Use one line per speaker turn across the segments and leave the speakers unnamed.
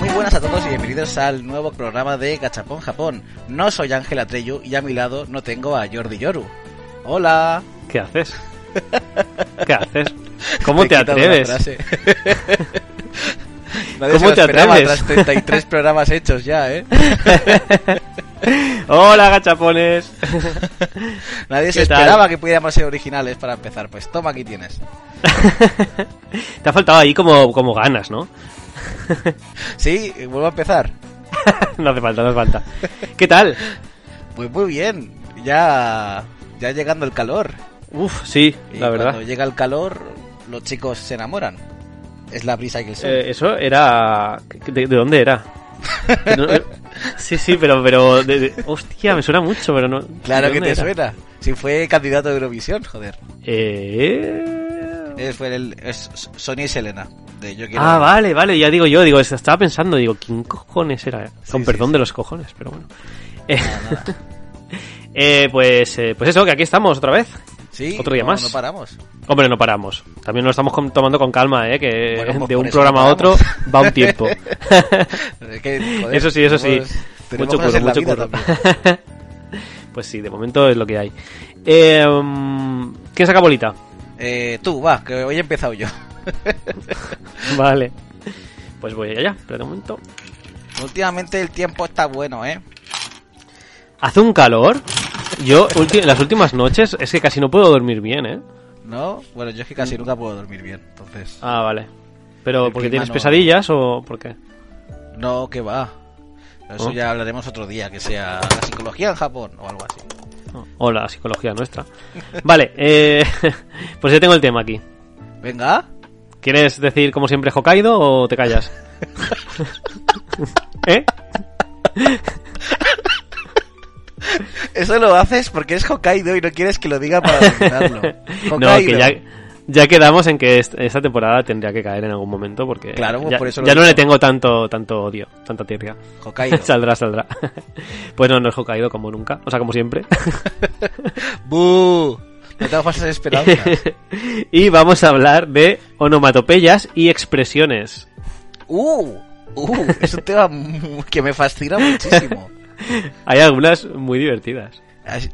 Muy buenas a todos y bienvenidos al nuevo programa de Gachapón Japón. No soy Ángela Treyu y a mi lado no tengo a Jordi Yoru. Hola.
¿Qué haces? ¿Qué haces? ¿Cómo te,
he quitado una
atreves?
frase. Nadie se
¿Cómo
lo
te
esperaba
atreves?
Tras 33 programas hechos ya, ¿eh?
Hola, gachapones.
Nadie se
¿Qué tal?
esperaba que pudiéramos ser originales para empezar. Pues toma, aquí tienes.
Te ha faltado ahí como, como ganas, ¿no?
Sí, y vuelvo a empezar.
No hace falta, no hace falta. ¿Qué tal?
Pues muy bien. Ya, ya llegando el calor.
Uf, sí,
Y
la verdad.
cuando llega el calor, los chicos se enamoran. Es la brisa y el sol.
Eh, eso era... ¿De, de dónde era? Que no- eh, Sí, sí, pero... pero de- de- Hostia, me suena mucho, pero no...
claro
¿de
que
dónde
te
era?
suena. Si fue candidato a Eurovisión, joder.
Eh...
Eh, Fue el, es Sonia y Selena. De yo quiero.
Ah, vale, vale, ya digo yo, digo, estaba pensando, digo, ¿quién cojones era? Con
sí,
perdón
sí.
de los cojones, pero bueno. Eh,
Nada, nada.
eh, pues, eh, pues eso, que aquí estamos otra vez.
Sí,
Otro día
no,
más.
no paramos.
Hombre, no paramos. También lo estamos com- tomando con calma, ¿eh? Que
Bueno, pues
de
por
un
eso
programa
no
a otro va un tiempo.
Es que, joder,
Eso sí, eso sí.
tenemos- tenemos
mucho
cosas
curro,
en la
mucho
vida
curro.
también.
pues sí, de momento es lo que hay. Eh, mm, ¿Quién saca bolita?
Eh, tú, va, que hoy he empezado yo.
Vale. Pues voy allá, pero de momento.
Últimamente el tiempo está bueno, ¿eh?
Hace un calor. Yo, ulti- las últimas noches, es que casi no puedo dormir bien, ¿eh?
¿No? Bueno, yo es que casi nunca puedo dormir bien, entonces...
Mm. Ah, vale. Pero,
El
¿porque
clima
tienes
no-
pesadillas o por qué?
No, que va. Pero Eso
¿No?
ya hablaremos otro día, que sea la psicología en Japón o algo así.
O la psicología nuestra. Vale, eh, pues ya tengo el tema aquí.
Venga,
¿Quieres decir como siempre Hokkaido o te callas? ¿Eh?
eso lo haces porque es Hokkaido y no quieres que lo diga para dominarlo.
No,
Hokkaido.
que ya, ya quedamos en que est- esta temporada tendría que caer en algún momento porque
Claro, pues
ya,
por eso lo
ya no
digo.
le tengo tanto, tanto odio, tanta tierra.
Hokkaido.
saldrá, saldrá. pues no, no es Hokkaido como nunca, o sea, como siempre.
¡Bú! No te hagas esperanzas.
y vamos a hablar de onomatopeyas y expresiones.
¡Uh! ¡Uh! Es un tema mu- que me fascina muchísimo.
Hay algunas muy divertidas.
Es-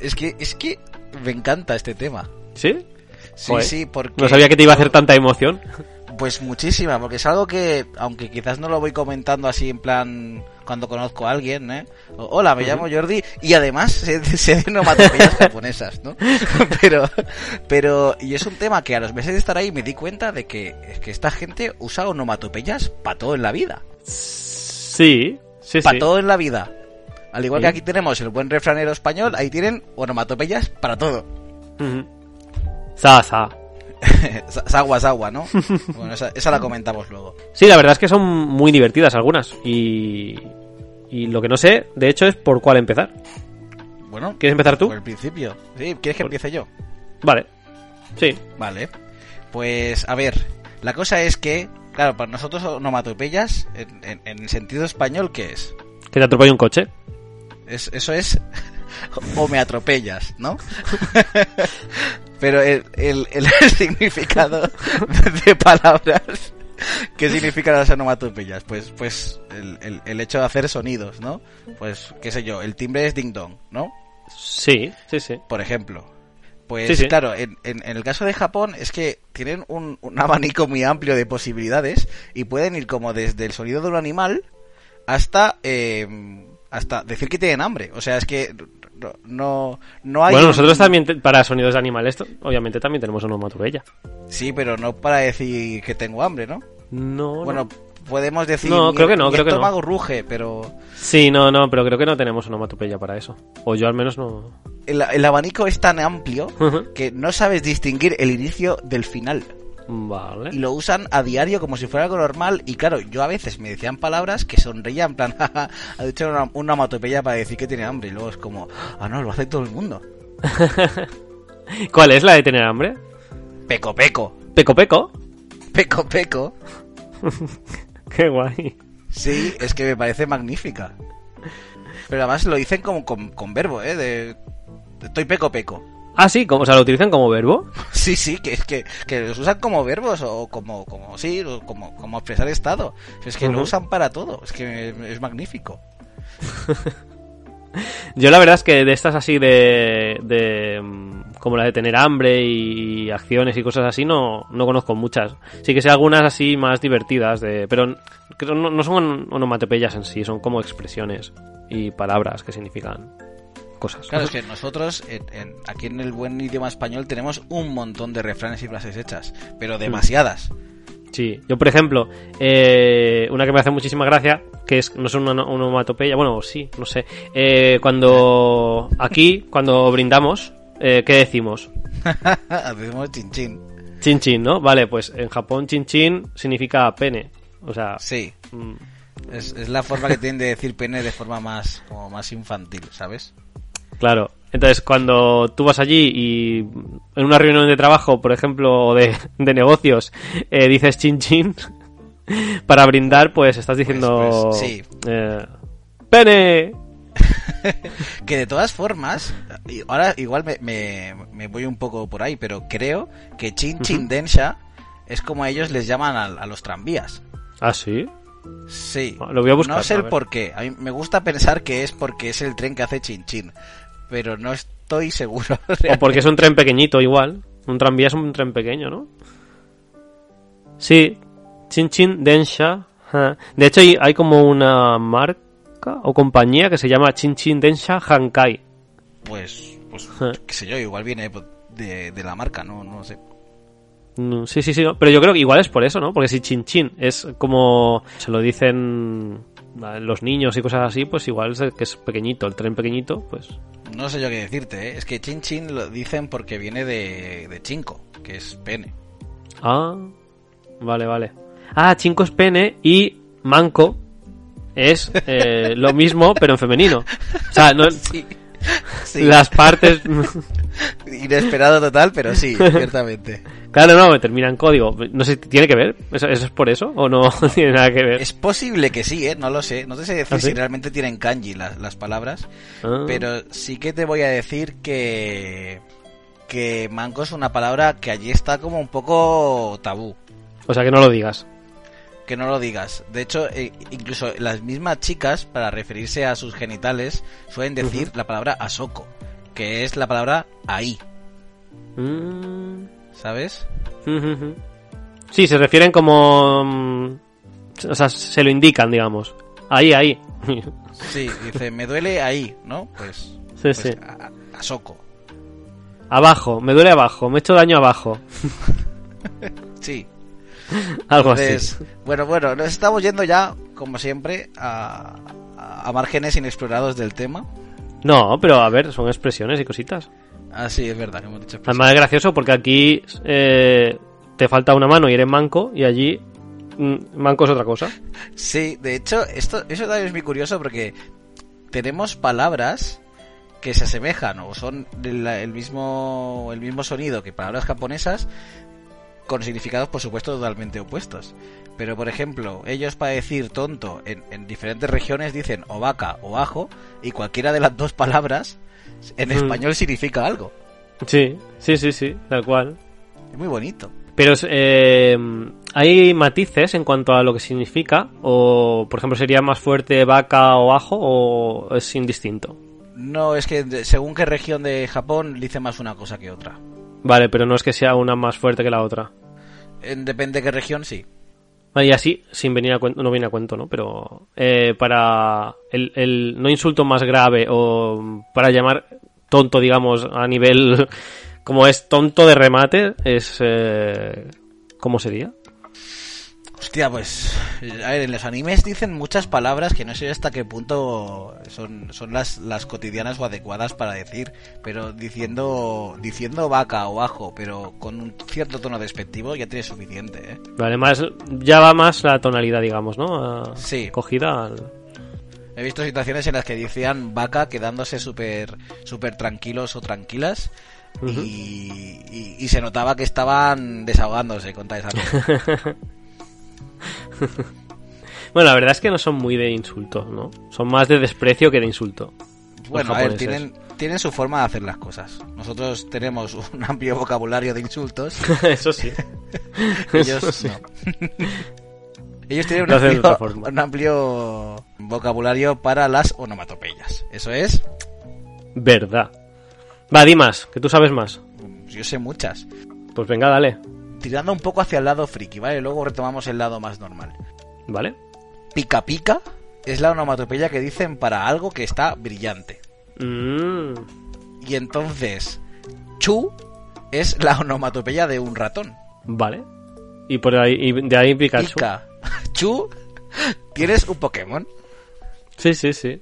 Es que, es que me encanta este tema.
¿Sí?
Sí,
Joder,
sí, porque...
No sabía que te iba a hacer tanta emoción.
Pues muchísima, porque es algo que, aunque quizás no lo voy comentando así en plan cuando conozco a alguien, ¿eh? O- Hola, me llamo Jordi y además sé, sé de onomatopeyas japonesas, ¿no? Pero, pero, y es un tema que a los meses de estar ahí me di cuenta de que, es que esta gente usa onomatopeyas para todo en la vida.
Sí, sí,
Para
sí.
todo en la vida. Al igual que
Sí.
aquí tenemos el buen refranero español, ahí tienen onomatopeyas para todo.
Ujú. Sa, sa.
Sa- sagua, sagua, ¿no? Bueno, esa, esa la comentamos luego.
Sí, la verdad es que son muy divertidas algunas. Y, y lo que no sé, de hecho, es por cuál empezar.
Bueno,
¿Quieres empezar tú?
por el principio. Sí, ¿quieres que
Por-
empiece yo?
Vale. Sí.
Vale. Pues, a ver, la cosa es que, claro, para nosotros onomatopeyas, en, en- en el sentido español, ¿qué es?
Que te atropelle un coche.
es eso es, o me atropellas, ¿no? Pero el, el- el significado de, de palabras, ¿qué significan las onomatopeyas? Pues, pues el, el- el hecho de hacer sonidos, ¿no? Pues, qué sé yo, el timbre es ding-dong, ¿no?
Sí, sí, sí.
por ejemplo. Pues
Sí, sí.
claro, en, en- en el caso de Japón es que tienen un, un abanico muy amplio de posibilidades y pueden ir como desde el sonido de un animal hasta eh, hasta decir que tienen hambre. O sea, es que no, no, no hay...
Bueno,
un-
nosotros también, te- para sonidos de animales, to- obviamente también tenemos onomatopella.
Sí, pero no para decir que tengo hambre, ¿no?
No,
bueno,
no.
podemos decir.
No,
mi-
creo que no,
mi
creo que no.
estómago ruge, pero
Sí, no, no, pero creo que no tenemos onomatopeya para eso. O yo al menos no.
el, el abanico es tan amplio que no sabes distinguir el inicio del final.
vale.
Y lo usan a diario como si fuera algo normal. Y claro, yo a veces me decían palabras que sonreía en plan, jaja, ha dicho una, una onomatopeya para decir que tiene hambre. Y luego es como, ah, no, lo hace todo el mundo.
¿Cuál es la de tener hambre?
Peco, peco,
Peco peco.
peco, peco.
Qué guay.
Sí, es que me parece magnífica. Pero además lo dicen como con, con verbo, ¿eh? De, estoy peco, peco.
Ah, sí, como, o sea, lo utilizan como verbo.
Sí, sí, que es que, que los usan como verbos o como, como sí, o como, como expresar estado. Es que lo
Ujú.
usan para todo, es que es magnífico.
Yo la verdad es que de estas así de, de mm, como la de tener hambre y acciones y cosas así no, no conozco muchas. Sí que sé algunas así más divertidas de, pero creo no, no son onomatopeyas en sí, son como expresiones y palabras que significan cosas.
Claro, es que nosotros en- en- aquí en el buen idioma español tenemos un montón de refranes y frases hechas, pero demasiadas.
Sí, yo por ejemplo, eh, una que me hace muchísima gracia, que es, no es una, una onomatopeya, bueno, sí, no sé. Eh, cuando aquí, cuando brindamos, eh, ¿qué decimos?
Hacemos chin chin.
Chin chin, ¿no? Vale, pues en Japón chin chin significa pene. O sea,
Sí,
mm,
es, es la forma que tienen de decir pene de forma más, como más infantil, ¿sabes?
claro. Entonces, cuando tú vas allí y en una reunión de trabajo, por ejemplo, o de, de negocios, eh, dices chin chin, para brindar, pues estás diciendo...
pues, sí.
eh, ¡Pene!
Que de todas formas, y ahora igual me, me- me voy un poco por ahí, pero creo que Chin Chin Densha es como ellos les llaman a, a los tranvías.
¿Ah, sí?
Sí.
Ah, lo voy a buscar,
No sé
a
el
ver.
por qué. A mí me gusta pensar que es porque es el tren que hace Chin Chin, pero no estoy seguro.
O porque es un tren pequeñito igual. Un tranvía es un tren pequeño, ¿no? Sí. Chin Chin Densha. Ja. De hecho, hay hay como una marca o compañía que se llama Chin Chin Densha Hankai.
Pues, pues,
Ja.
qué sé yo, igual viene de, de la marca, no, no sé.
Mm, Sí, sí, sí. no. Pero yo creo que igual es por eso, ¿no? Porque si Chin Chin es como se lo dicen a los niños y cosas así, pues igual es el que es pequeñito, el tren pequeñito, pues...
No sé yo qué decirte, ¿eh? Es que Chin Chin lo dicen porque viene de, de Chinko, que es pene.
Ah, vale, vale. Ah, chinco es pene y manco es eh, lo mismo, pero en femenino. O sea, no,
Sí. Sí.
las partes.
Inesperado total, pero sí,
Eh.
ciertamente.
claro, no, me termina en código. No sé, ¿tiene que ver? ¿Eso, eso es por eso? ¿O no tiene nada que ver?
Es posible que sí, ¿eh? No lo sé. No te sé decir
¿Ah, sí?
si realmente tienen kanji las, las palabras,
Ah,
pero sí que te voy a decir que... Que manco es una palabra que allí está como un poco tabú.
O sea, que no lo digas.
Que no lo digas. De hecho, eh, incluso las mismas chicas, para referirse a sus genitales, suelen decir la palabra asoko, que es la palabra ahí,
Mm,
¿sabes?
ujú, ujú. Sí, se refieren como. mm, O sea, se lo indican, digamos. Ahí, ahí.
Sí, dice, me duele ahí, ¿no? Pues,
Sí,
pues
sí.
a- a- asoko.
Abajo, me duele abajo, me he hecho daño abajo.
Sí,
Algo así.
Entonces, bueno, bueno, nos estamos yendo ya, como siempre, a, a- a márgenes inexplorados del tema.
No, pero a ver, son expresiones y cositas.
Ah, sí, es verdad, que hemos dicho.
Además es gracioso porque aquí eh, te falta una mano y eres manco y allí mm, manco es otra cosa.
Sí, de hecho, esto, eso también es muy curioso porque tenemos palabras que se asemejan o son el, el mismo, el mismo sonido que palabras japonesas con significados, por supuesto, totalmente opuestos. Pero, por ejemplo, ellos para decir tonto en, en diferentes regiones dicen o vaca o ajo y cualquiera de las dos palabras en
Mm.
español significa algo.
Sí, sí, sí, sí, tal cual.
Es muy bonito.
Pero es, eh, hay matices en cuanto a lo que significa o, por ejemplo, sería más fuerte vaca o ajo o es indistinto.
No, es que de- según qué región de Japón le dice más una cosa que otra.
Vale, pero no es que sea una más fuerte que la otra.
En- depende de qué región, sí.
Vale, y así, sin venir a cuento, no viene a cuento, ¿no? Pero eh, para el, el no insulto más grave o para llamar tonto, digamos, a nivel como es tonto de remate, es... eh, ¿Cómo sería?
Hostia, pues. A ver, en los animes dicen muchas palabras que no sé hasta qué punto son, son las, las cotidianas o adecuadas para decir. Pero diciendo, diciendo vaca o ajo, pero con un cierto tono despectivo, ya tienes suficiente, ¿eh?
Pero además, ya va más la tonalidad, digamos, ¿no? A-
Sí.
Cogida al.
He visto situaciones en las que decían vaca quedándose súper súper tranquilos o tranquilas.
Ujú.
y, y- y se notaba que estaban desahogándose con tal esa-
Bueno, la verdad es que no son muy de insulto, ¿no? Son más de desprecio que de insulto. Los
Bueno, a ver,
japoneses.
tienen, tienen su forma de hacer las cosas. Nosotros tenemos un amplio vocabulario de insultos.
Eso sí. Eso
Ellos
sí.
no. Pues, Ellos tienen un
Lo hacen de otra
amplio,
forma.
un amplio vocabulario para las onomatopeyas. Eso es,
Verdad. Va, di más, que tú sabes más.
yo sé muchas.
Pues venga, dale.
Tirando un poco hacia el lado friki, ¿vale? Luego retomamos el lado más normal.
¿Vale?
Pica pica es la onomatopeya que dicen para algo que está brillante.
Mm,
Y entonces, chu es la onomatopeya de un ratón.
vale. Y por ahí, y de ahí Pikachu.
Pica. Chu, tienes un Pokémon.
Sí, sí, sí.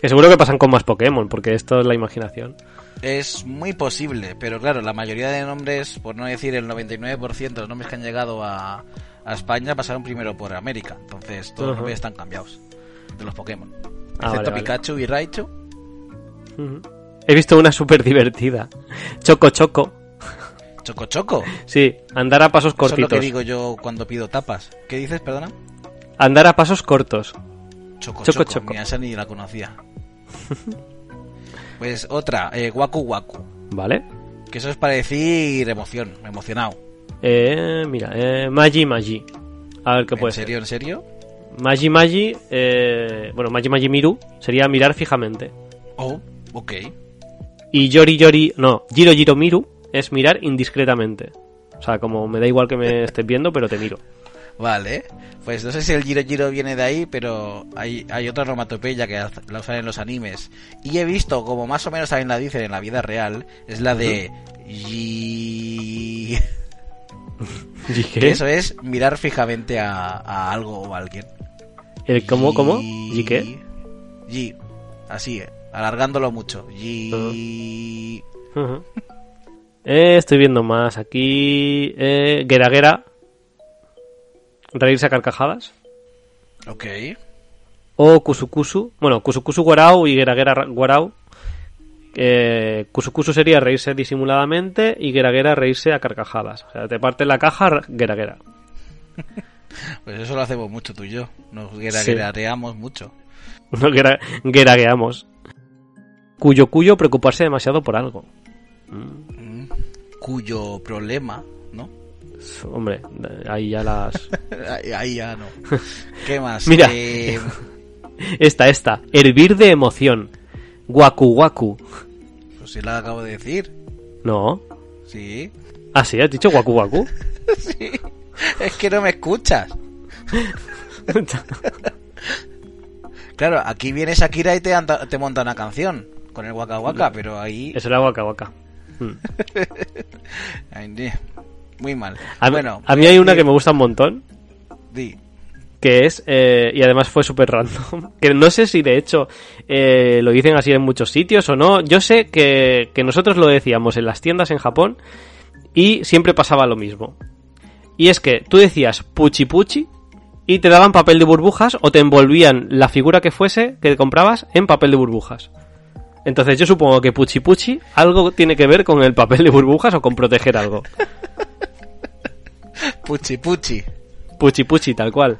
Que seguro que pasan con más Pokémon, porque esto es la imaginación.
Es muy posible, pero claro, la mayoría de nombres, por no decir el 99% de los nombres que han llegado a, a España, pasaron primero por América. Entonces, todos los
Ajá.
nombres están cambiados de los Pokémon.
Ah,
Excepto
vale, vale.
Pikachu y Raichu.
Ujú. He visto una súper divertida. Choco Choco.
Choco Choco.
Sí, andar a pasos
Eso es lo que
cortitos.
digo yo cuando pido tapas. ¿Qué dices, perdona?
Andar a pasos cortos.
Choco
Choco
Choco.
Choco.
Mira, esa ni la conocía. pues otra, eh, Waku Waku.
¿Vale?
Que eso es para decir emoción, emocionado.
Eh, mira, eh, Magi Magi. A ver qué
¿En
puede ser.
serio, en serio?
Magi Magi, eh, bueno, Magi Magi Miru sería mirar fijamente.
Oh, ok.
Y Yori Yori, no, Giro Giro Miru es mirar indiscretamente. O sea, como me da igual que me estés viendo, pero te miro.
Vale. Pues no sé si el giro giro viene de ahí, pero hay, hay otra onomatopeya que haz- la usan en los animes. Y he visto, como más o menos también la dicen en la vida real, es la de... Yi-
¿Y
Que
qué?
Eso es mirar fijamente a, a algo o a alguien.
¿El cómo, cómo?
Yi-
¿Y qué?
Yi. Así, eh, alargándolo mucho. Yi-
Ujú. Eh, estoy viendo más aquí. Eh, Gera Gera. Reírse a carcajadas.
Ok.
O Kusukusu. Bueno, Kusukusu Guarau y Gera Gera Guarau. Eh, Kusukusu sería reírse disimuladamente y Gera Gera reírse a carcajadas. O sea, te parte la caja Gera Gera.
Pues eso lo hacemos mucho tú y yo. Nos
Sí.
guerreareamos mucho.
No guera- gueragueamos. Cuyo cuyo preocuparse demasiado por algo.
Mm. Cuyo problema, ¿no?
Hombre, ahí ya las.
Ahí, ahí ya no. ¿Qué más?
Mira.
Eh,
Esta, esta. Hervir de emoción. Guacu guacu.
pues sí, la acabo de decir.
No.
Sí.
Ah, sí, has dicho guacu guacu.
Sí. Es que no me escuchas. Claro, aquí viene Shakira y te, anda- te monta una canción con el Waka Waka, pero ahí.
Eso era guaca guaca. Mm.
ahí di. muy mal.
A, mí-
bueno, eh,
a mí hay una que me gusta un montón.
di.
que es, eh, y además fue súper random, que no sé si de hecho eh, lo dicen así en muchos sitios o no, yo sé que, que nosotros lo decíamos en las tiendas en Japón y siempre pasaba lo mismo. Y es que tú decías puchi puchi y te daban papel de burbujas o te envolvían la figura que fuese que comprabas en papel de burbujas. Entonces yo supongo que puchi puchi algo tiene que ver con el papel de burbujas o con proteger algo.
Puchi Puchi.
Puchi puchi tal cual.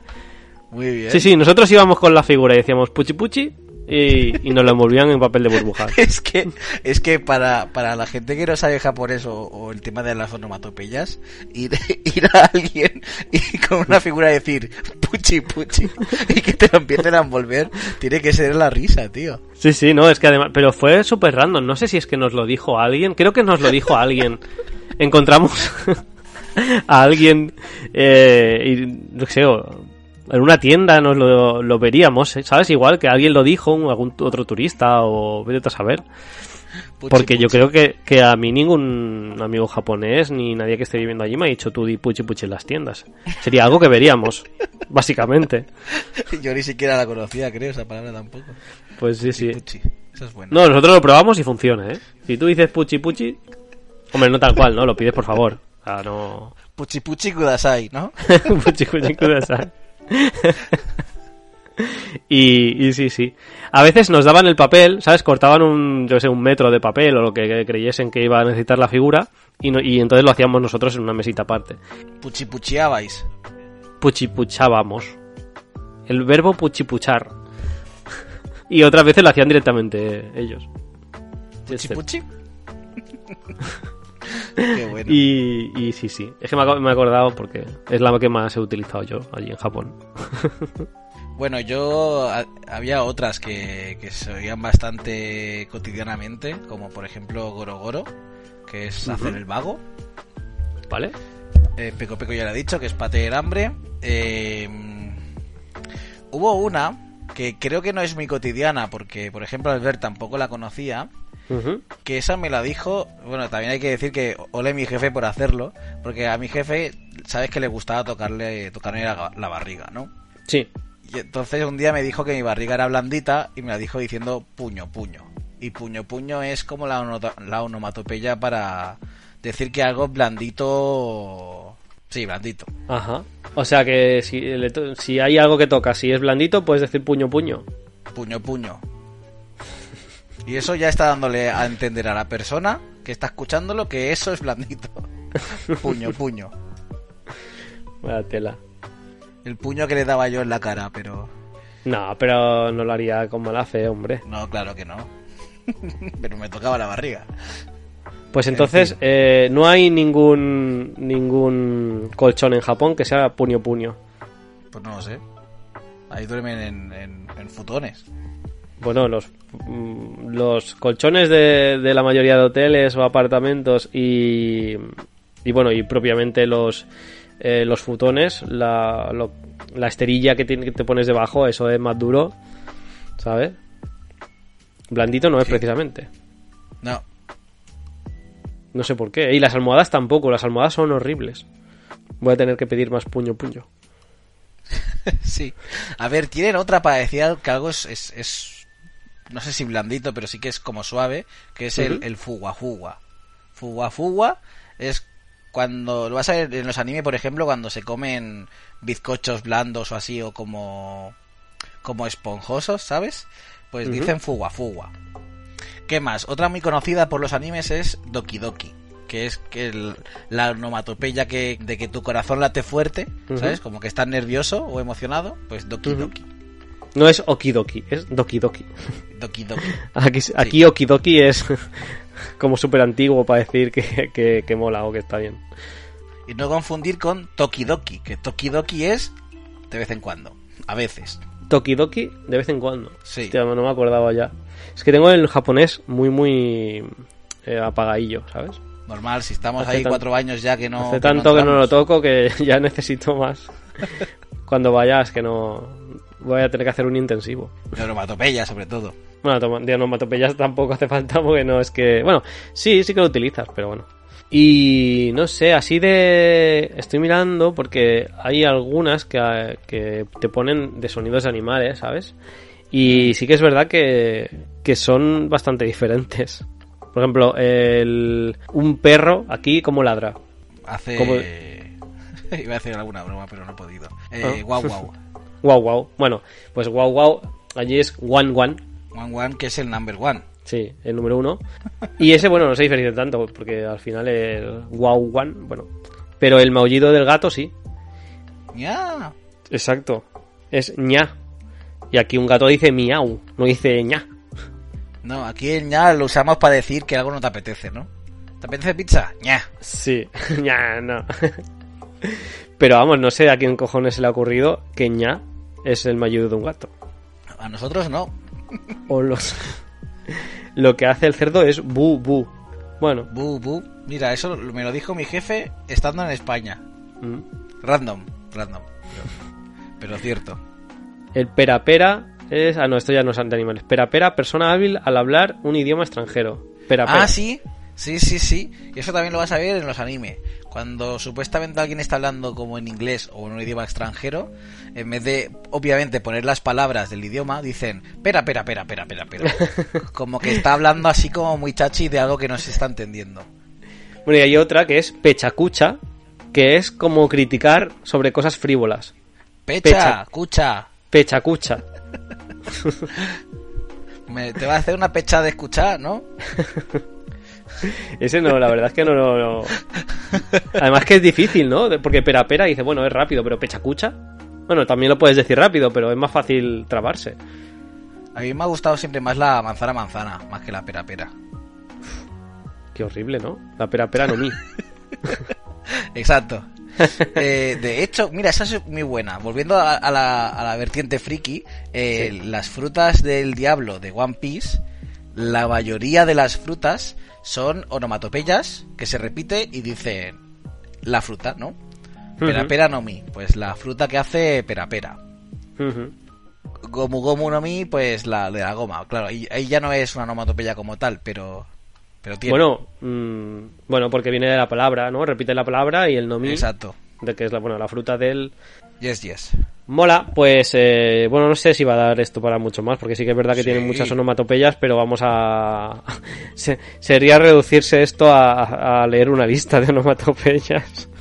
Muy bien.
Sí, sí, nosotros íbamos con la figura y decíamos puchi puchi y, y nos la envolvían en papel de burbuja.
Es que, es que para, para la gente que no sabe japonés o, o el tema de las onomatopeyas, ir, ir a alguien y con una figura decir puchi puchi y que te lo empiecen a envolver, tiene que ser la risa, tío.
Sí, sí, no, es que además, pero fue súper random, no sé si es que nos lo dijo alguien, creo que nos lo dijo alguien. Encontramos a alguien eh, y no sé, o- en una tienda nos lo, lo veríamos, ¿eh? ¿sabes? Igual que alguien lo dijo, un- algún otro turista o vete a saber.
Puchi,
Porque yo
puchi.
creo que, que a mí ningún amigo japonés ni nadie que esté viviendo allí me ha dicho tú di puchi puchi en las tiendas. Sería algo que veríamos, básicamente.
Yo ni siquiera la conocía, creo, esa palabra tampoco.
Pues sí, sí.
Puchi. Eso es bueno.
No, nosotros lo probamos y funciona, ¿eh? Si tú dices puchi puchi, hombre, no tal cual, ¿no? Lo pides por favor. Ah, no.
Puchi puchi kudasai, ¿no?
Puchi puchi kudasai. y, y sí, sí. A veces nos daban el papel, ¿sabes? Cortaban un, yo qué sé, un metro de papel o lo que creyesen que iba a necesitar la figura y, no- y entonces lo hacíamos nosotros en una mesita aparte.
Puchi puchiabais.
puchipuchábamos. El verbo puchipuchar. Y otras veces lo hacían directamente ellos.
Puchi
Este,
puchi. Qué bueno.
Y, y sí, sí. Es que me aco- me he acordado porque es la que más he utilizado yo allí en Japón.
Bueno, yo ha- había otras que, que se oían bastante cotidianamente, como por ejemplo Gorogoro, que es hacer el vago.
¿Vale?
Eh, Peco Peco ya lo ha dicho, que es patear hambre. Eh, mm, hubo una que creo que no es muy cotidiana, porque por ejemplo Albert tampoco la conocía,
Ujú.
que esa me la dijo, bueno, también hay que decir que ole mi jefe por hacerlo, porque a mi jefe, sabes que le gustaba tocarle, tocarme la, la barriga, ¿no?
Sí.
Y entonces un día me dijo que mi barriga era blandita y me la dijo diciendo puño, puño. Y puño, puño es como la, ono- la onomatopeya para decir que algo es blandito... Sí, blandito.
Ajá. O sea que si, le to- si hay algo que toca, si es blandito, puedes decir puño puño.
Puño, puño. Y eso ya está dándole a entender a la persona que está escuchándolo que eso es blandito. Puño, puño.
Vaya tela.
El puño que le daba yo en la cara, pero...
No, pero no lo haría con mala fe, hombre.
No, claro que no. pero me tocaba la barriga.
Pues entonces,
En fin.
eh, no hay ningún, ningún colchón en Japón que sea puño puño.
Pues no lo sé. Ahí duermen en, en- en futones.
Bueno, los, mm, los colchones de, de la mayoría de hoteles o apartamentos y, y bueno, y propiamente los, eh, los futones, la, lo- la esterilla que, tiene- que te pones debajo, eso es más duro, ¿sabes? Blandito no es precisamente.
No,
No sé por qué. Y las almohadas tampoco, las almohadas son horribles. Voy a tener que pedir más puño puño.
sí. A ver, tienen otra para decir que algo es, es, es- No sé si blandito, pero sí que es como suave, que es el,
Ujú.
el fuwa fuwa. Fuwa fuwa es cuando. Lo vas a ver en los anime, por ejemplo, cuando se comen bizcochos blandos o así, o como. como esponjosos, ¿sabes? Pues
Ujú.
dicen fuwa fuwa. ¿Qué más? Otra muy conocida por los animes es Doki Doki, que es que el- la onomatopeya que, de que tu corazón late fuerte,
Ujú.
¿sabes? Como que estás nervioso o emocionado, pues Doki
Ujú.
Doki.
No es okidoki, es dokidoki.
Doki Doki.
Aquí, aquí okidoki es como súper antiguo para decir que, que- que mola o que está bien.
Y no confundir con Toki Doki, que Toki Doki es de vez en cuando, a veces.
Tokidoki de vez en cuando.
Sí.
Hostia, no me acordaba ya. Es que tengo el japonés muy, muy eh, apagadillo, ¿sabes?
Normal, si estamos
Hace
ahí
tan-
cuatro años ya que no...
Hace tanto que no lo
entramos.
toco que ya necesito más. Cuando vayas, que no. Voy a tener que hacer un intensivo.
De onomatopeya, sobre todo.
Bueno, toma- de onomatopeyas tampoco hace falta porque no es que. Bueno, sí, sí que lo utilizas, pero bueno. Y no sé, así de. Estoy mirando porque hay algunas que, que te ponen de sonidos de animales, ¿sabes? Y sí que es verdad que, que son bastante diferentes. Por ejemplo, el, un perro aquí como ladra.
Hace...
Como-
Iba a hacer alguna broma, pero no he podido. Eh,
Ah.
Guau guau.
Guau, guau. Bueno, pues guau, guau. Allí es one, one.
One One, que es el number one.
Sí, el número uno. Y ese, bueno, no se diferencia tanto, porque al final el wow one, bueno. Pero el maullido del gato sí.
Ya.
Exacto. Es ña. Y aquí un gato dice miau, no dice ña.
No, aquí el ña lo usamos para decir que algo no te apetece, ¿no? ¿Te apetece pizza? ña.
Sí, ña, no. Pero vamos, no sé a quién cojones se le ha ocurrido que ña es el maullido de un gato.
A nosotros no.
O los... Lo que hace el cerdo es bu, bu. Bueno.
Bu, bu. Mira, eso lo- me lo dijo mi jefe estando en España.
mm.
Random, random. pero cierto.
El pera pera es. Ah, no, esto ya no es de animales. Pera pera, persona hábil al hablar un idioma extranjero. Pera pera.
Ah, sí, sí, sí, sí. Y eso también lo vas a ver en los animes. Cuando supuestamente alguien está hablando como en inglés o en un idioma extranjero, en vez de, obviamente, poner las palabras del idioma, dicen, pera, pera, pera, pera, pera, pera. como que está hablando así como muy chachi de algo que no se está entendiendo.
Bueno, y hay otra que es pechacucha, que es como criticar sobre cosas frívolas.
Pecha,
Pecha.
cucha.
Pechacucha.
Me- te va a hacer una pecha de escuchar, ¿no?
Ese no, la verdad es que no lo. no- Además que es difícil, ¿no? De- Porque pera pera dice, bueno, es rápido, pero pechacucha. Bueno, también lo puedes decir rápido, pero es más fácil trabarse.
A mí me ha gustado siempre más la manzana manzana, más que la pera pera.
Qué horrible, ¿no? La pera pera no mí.
Exacto. Eh, de hecho, mira, esa es muy buena. Volviendo a, a la, a la vertiente friki, eh, las frutas del diablo de One Piece, la mayoría de las frutas son onomatopeyas que se repite y dicen la fruta, ¿no? Pera
Ujú.
pera no mi, pues la fruta que hace pera pera.
Ujú.
Gomu gomu no mi, pues la de la goma. Claro, ahí, ahí ya no es una onomatopeya como tal, pero, pero tiene.
Bueno, mm, bueno, porque viene de la palabra, ¿no? Repite la palabra y el nomi,
exacto.
de que es la, bueno, la fruta del...
Yes, yes.
Mola, pues, eh, bueno, no sé si va a dar esto para mucho más, porque sí que es verdad que
Sí.
tiene muchas onomatopeyas, pero vamos a... se- sería reducirse esto a, a leer una lista de onomatopeyas,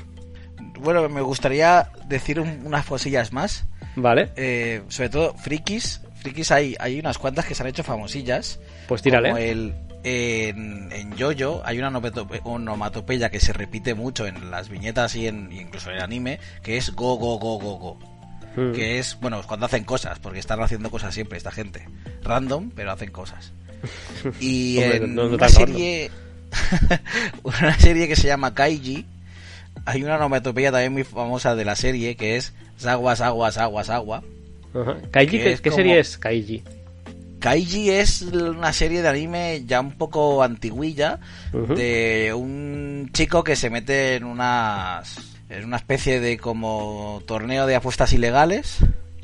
Bueno, me gustaría decir un- unas cosillas más.
¿vale?
Eh, sobre todo frikis. Frikis hay, hay unas cuantas que se han hecho famosillas. Como
Pues tírale.
el, en, en Yoyo hay una onomatope- onomatopeya que se repite mucho en las viñetas y en, y incluso en el anime, que es go, go, go, go, go.
Mm.
Que es, bueno, cuando hacen cosas, porque están haciendo cosas siempre esta gente. Random, pero hacen cosas. Y
Hombre,
en
no- no
una
tan random.
serie... una serie que se llama Kaiji, hay una onomatopeya también muy famosa de la serie, que es aguas, aguas, aguas, agua.
Ajá. Kaiji,
que
¿qué,
es
qué
como-
serie es Kaiji?
Kaiji es una serie de anime ya un poco antiguilla
Ujú.
de un chico que se mete en unas en una especie de como torneo de apuestas ilegales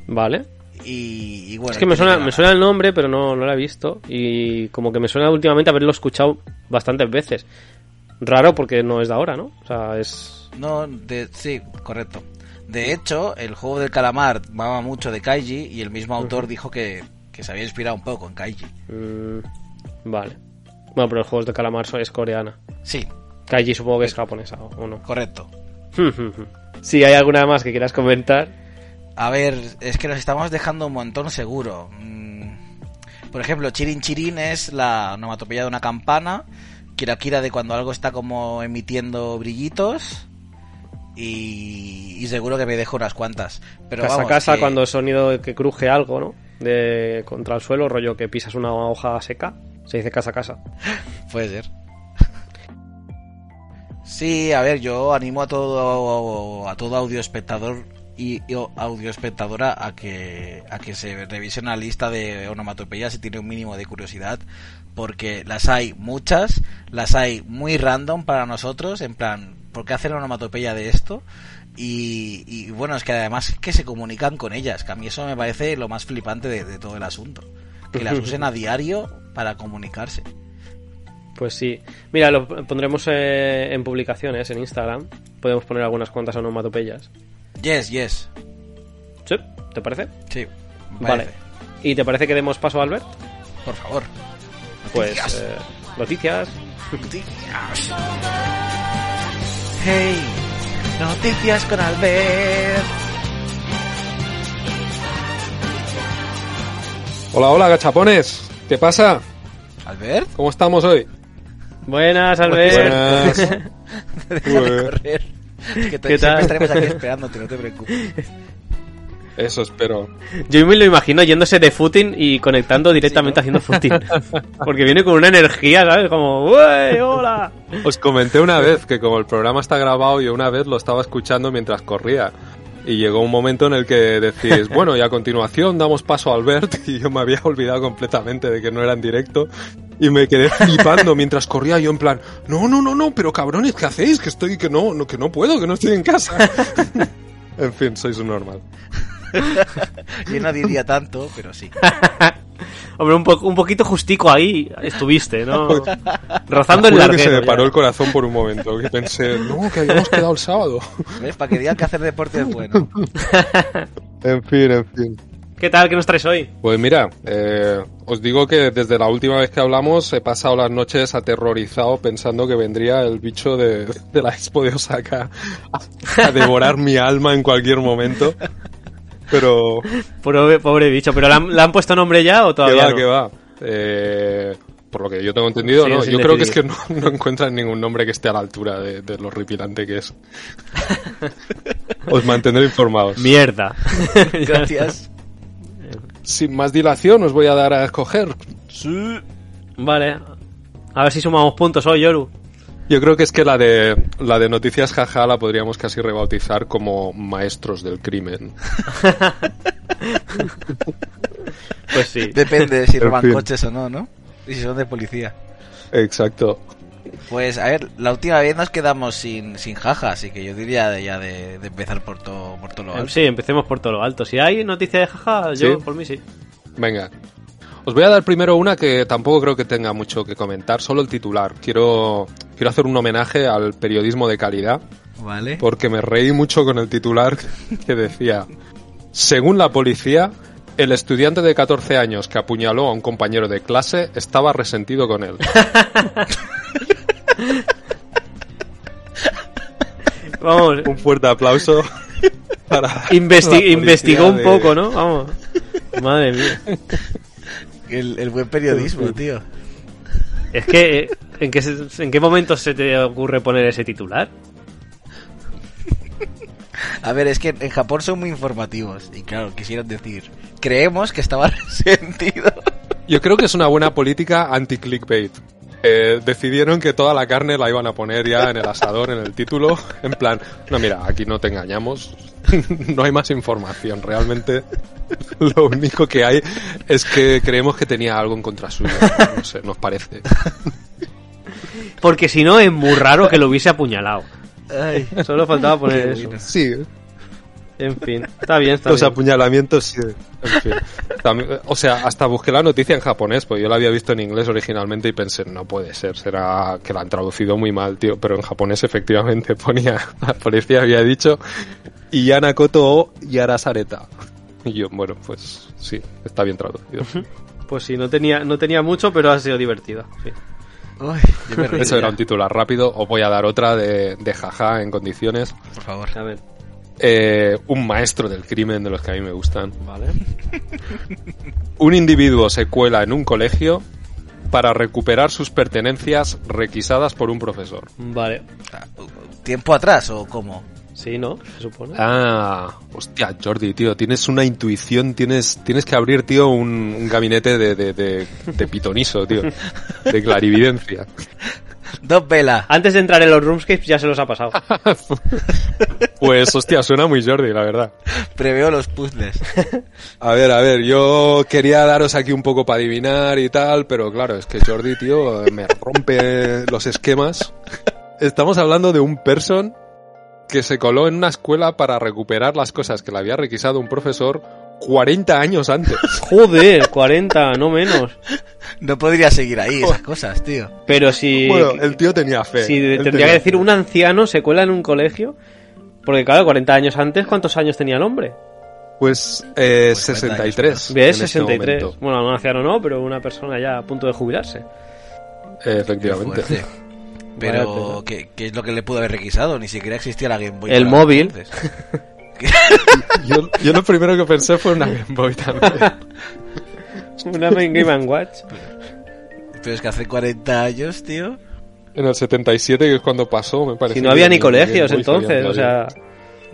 Vale.
y, y bueno
Es que me
tiene
suena,
ganar.
me suena el nombre, pero no, no lo he visto. Y como que me suena últimamente haberlo escuchado bastantes veces. Raro porque no es de ahora, ¿no? O sea, es.
no de- sí correcto de hecho el juego del calamar mama mucho de Kaiji y el mismo autor dijo que, que se había inspirado un poco en Kaiji
mm, vale. Bueno, pero los juegos de calamar son- es coreana.
sí
Kaiji supongo que es japonesa, ¿o o no?
correcto
Si hay alguna más que quieras comentar.
A ver, es que nos estamos dejando un montón seguro. Mm, Por ejemplo, Chirin Chirin es la onomatopeya de una campana. Kira Kira de cuando algo está como emitiendo brillitos. Y, y seguro que me dejo unas cuantas. Pero
casa a
vamos,
casa
que-
cuando el sonido que cruje algo, ¿no? De contra el suelo, rollo que pisas una hoja seca. Se dice casa a casa.
Puede ser. Sí, a ver, yo animo a todo a todo audio espectador y, y audio espectadora a que a que se revise una lista de onomatopeyas si tiene un mínimo de curiosidad, porque las hay muchas, las hay muy random para nosotros, en plan, ¿por qué hacer onomatopeya de esto? Y, y bueno, es que además que se comunican con ellas, que a mí eso me parece lo más flipante de, de todo el asunto, que las usen a diario para comunicarse.
Pues sí. Mira, lo pondremos eh, en publicaciones en Instagram. Podemos poner algunas cuantas onomatopeyas.
Yes, yes.
¿Sí? ¿Te parece?
Sí. me
Vale.
parece.
¿Y te parece que demos paso a Albert?
Por favor.
Pues
Noticias.
eh, noticias.
Noticias. Hey, noticias con Albert.
Hola, hola, gachapones. ¿Qué pasa?
Albert,
¿Cómo estamos hoy?
Buenas, Albert.
Buenas.
deja de
Ué.
correr. Que te-
¿Qué tal?
siempre estaremos aquí esperándote, no te preocupes.
Eso espero.
Yo me lo imagino yéndose de footing y conectando directamente haciendo footing. Porque viene con una energía, ¿sabes? Como, ¡Uey, hola!
Os comenté una vez que como el programa está grabado, yo una vez lo estaba escuchando mientras corría. Y llegó un momento en el que decís, bueno, y a continuación damos paso a Albert, y yo me había olvidado completamente de que no era en directo, y me quedé flipando mientras corría yo en plan, no, no, no, no, pero cabrones, ¿qué hacéis? Que estoy, que no, no, que no puedo, que no estoy en casa. en fin, sois un normal.
Yo no diría tanto, pero sí.
Hombre, un, po- un poquito justico ahí estuviste, ¿no? Rozando el
Juro que se
larguero.
me paró
ya.
el corazón por un momento. Que pensé, no, que habíamos quedado el sábado.
¿Ves? Para que digan que hacer deporte es bueno.
En fin, en fin.
¿Qué tal? ¿Qué nos traes hoy?
Pues mira, eh, os digo que desde la última vez que hablamos he pasado las noches aterrorizado pensando que vendría el bicho de, de la Expo de Osaka a, a devorar mi alma en cualquier momento. Pero
Pobre, pobre bicho, ¿pero le han, le han puesto nombre ya o
que
todavía
va,
no?
que va. Eh, por lo que yo tengo entendido,
Sí,
no.
sin
Yo creo que es que
decidir.
no, no encuentran ningún nombre que esté a la altura de, de lo horripilante que es. Os mantendré informados.
Mierda.
Gracias.
Sin más dilación, os voy a dar a escoger
Vale. A ver si sumamos puntos hoy, Yoru.
Yo creo que es que la de la de noticias jaja la podríamos casi rebautizar como maestros del crimen.
Pues sí.
Depende de si
En
roban
fin.
coches o no, ¿no? Y si son de policía.
Exacto.
Pues a ver, la última vez nos quedamos sin, sin jaja, así que yo diría de, ya de, de empezar por todo por todo lo alto.
Sí, empecemos por todo lo alto. Si hay noticias de jaja, yo
Sí.
por mí sí.
Venga. Os voy a dar primero una que tampoco creo que tenga mucho que comentar, solo el titular. Quiero quiero hacer un homenaje al periodismo de calidad
Vale.
porque me reí mucho con el titular que decía, según la policía, el estudiante de 14 años que apuñaló a un compañero de clase estaba resentido con él.
Vamos.
Un fuerte aplauso para
investi-
la policía
investigó un
de-
poco, ¿no? Vamos. Madre mía.
El, el buen periodismo, tío.
Es que, eh, ¿en qué, se- ¿en qué momento se te ocurre poner ese titular?
A ver, es que en Japón son muy informativos. Y claro, quisieron decir, creemos que estaba resentido.
Yo creo que es una buena política anti-clickbait. Eh, decidieron que toda la carne la iban a poner ya en el asador, en el título. En plan, no, mira, aquí no te engañamos. No hay más información. Realmente lo único que hay es que creemos que tenía algo en contra suyo. No sé, nos parece.
Porque si no, es muy raro que lo hubiese apuñalado.
Ay,
Solo faltaba poner
Qué
eso.
bueno.
Sí,
En fin, está bien, está
los
bien.
apuñalamientos. sí. En fin. También- o sea, hasta busqué la noticia en japonés, porque yo la había visto en inglés originalmente y pensé, no puede ser, será que la han traducido muy mal, tío. Pero en japonés efectivamente ponía, la policía había dicho, Iyana Koto o Yara Sareta. Y yo, bueno, pues sí, está bien traducido.
Pues sí, no tenía, no tenía mucho, pero ha sido divertida. sí.
Uy, yo me reí,
Eso era
ya.
un titular rápido. Os voy a dar otra de, de jaja en condiciones.
Por favor.
A ver,
Eh, un maestro del crimen de los que a mí me gustan.
vale.
Un individuo se cuela en un colegio para recuperar sus pertenencias requisadas por un profesor.
Vale.
Ah, ¿Tiempo atrás o cómo?
Sí, ¿no? Se supone.
Ah, hostia, Jordi, tío, tienes una intuición, tienes, tienes que abrir, tío, un, un gabinete de, de, de- de pitoniso, tío, de clarividencia.
Dos velas.
Antes de entrar en los Roomscapes ya se los ha pasado.
Pues, hostia, suena muy Jordi, la verdad.
Preveo los puzzles.
A ver, a ver, yo quería daros aquí un poco para adivinar y tal, pero claro, es que Jordi, tío, me rompe los esquemas. Estamos hablando de un person que se coló en una escuela para recuperar las cosas que le había requisado un profesor 40 años antes.
Joder, 40, no menos.
No podría seguir ahí esas cosas, tío.
Pero si,
Bueno, el tío tenía fe.
si
Él
tendría
tenía
que decir
fe.
un anciano se cuela en un colegio, porque claro, 40 años antes, ¿cuántos años tenía el hombre?
Pues, eh,
Pues
63.
¿Ves?
en este
63.
momento.
bueno, un anciano no, pero una persona ya a punto de jubilarse.
Eh, efectivamente.
Fuerte. Pero, ¿qué, qué es lo que le pudo haber requisado? Ni siquiera existía la Game Boy.
El
Color,
móvil.
entonces.
Yo, yo lo primero que pensé fue una Game Boy también.
Una main Game and Watch.
Pero es que hace 40 años, tío.
En el 77, que es cuando pasó, me parece.
Si no
que
había ni
Game Boy
colegios
había
entonces, o
nadie.
sea...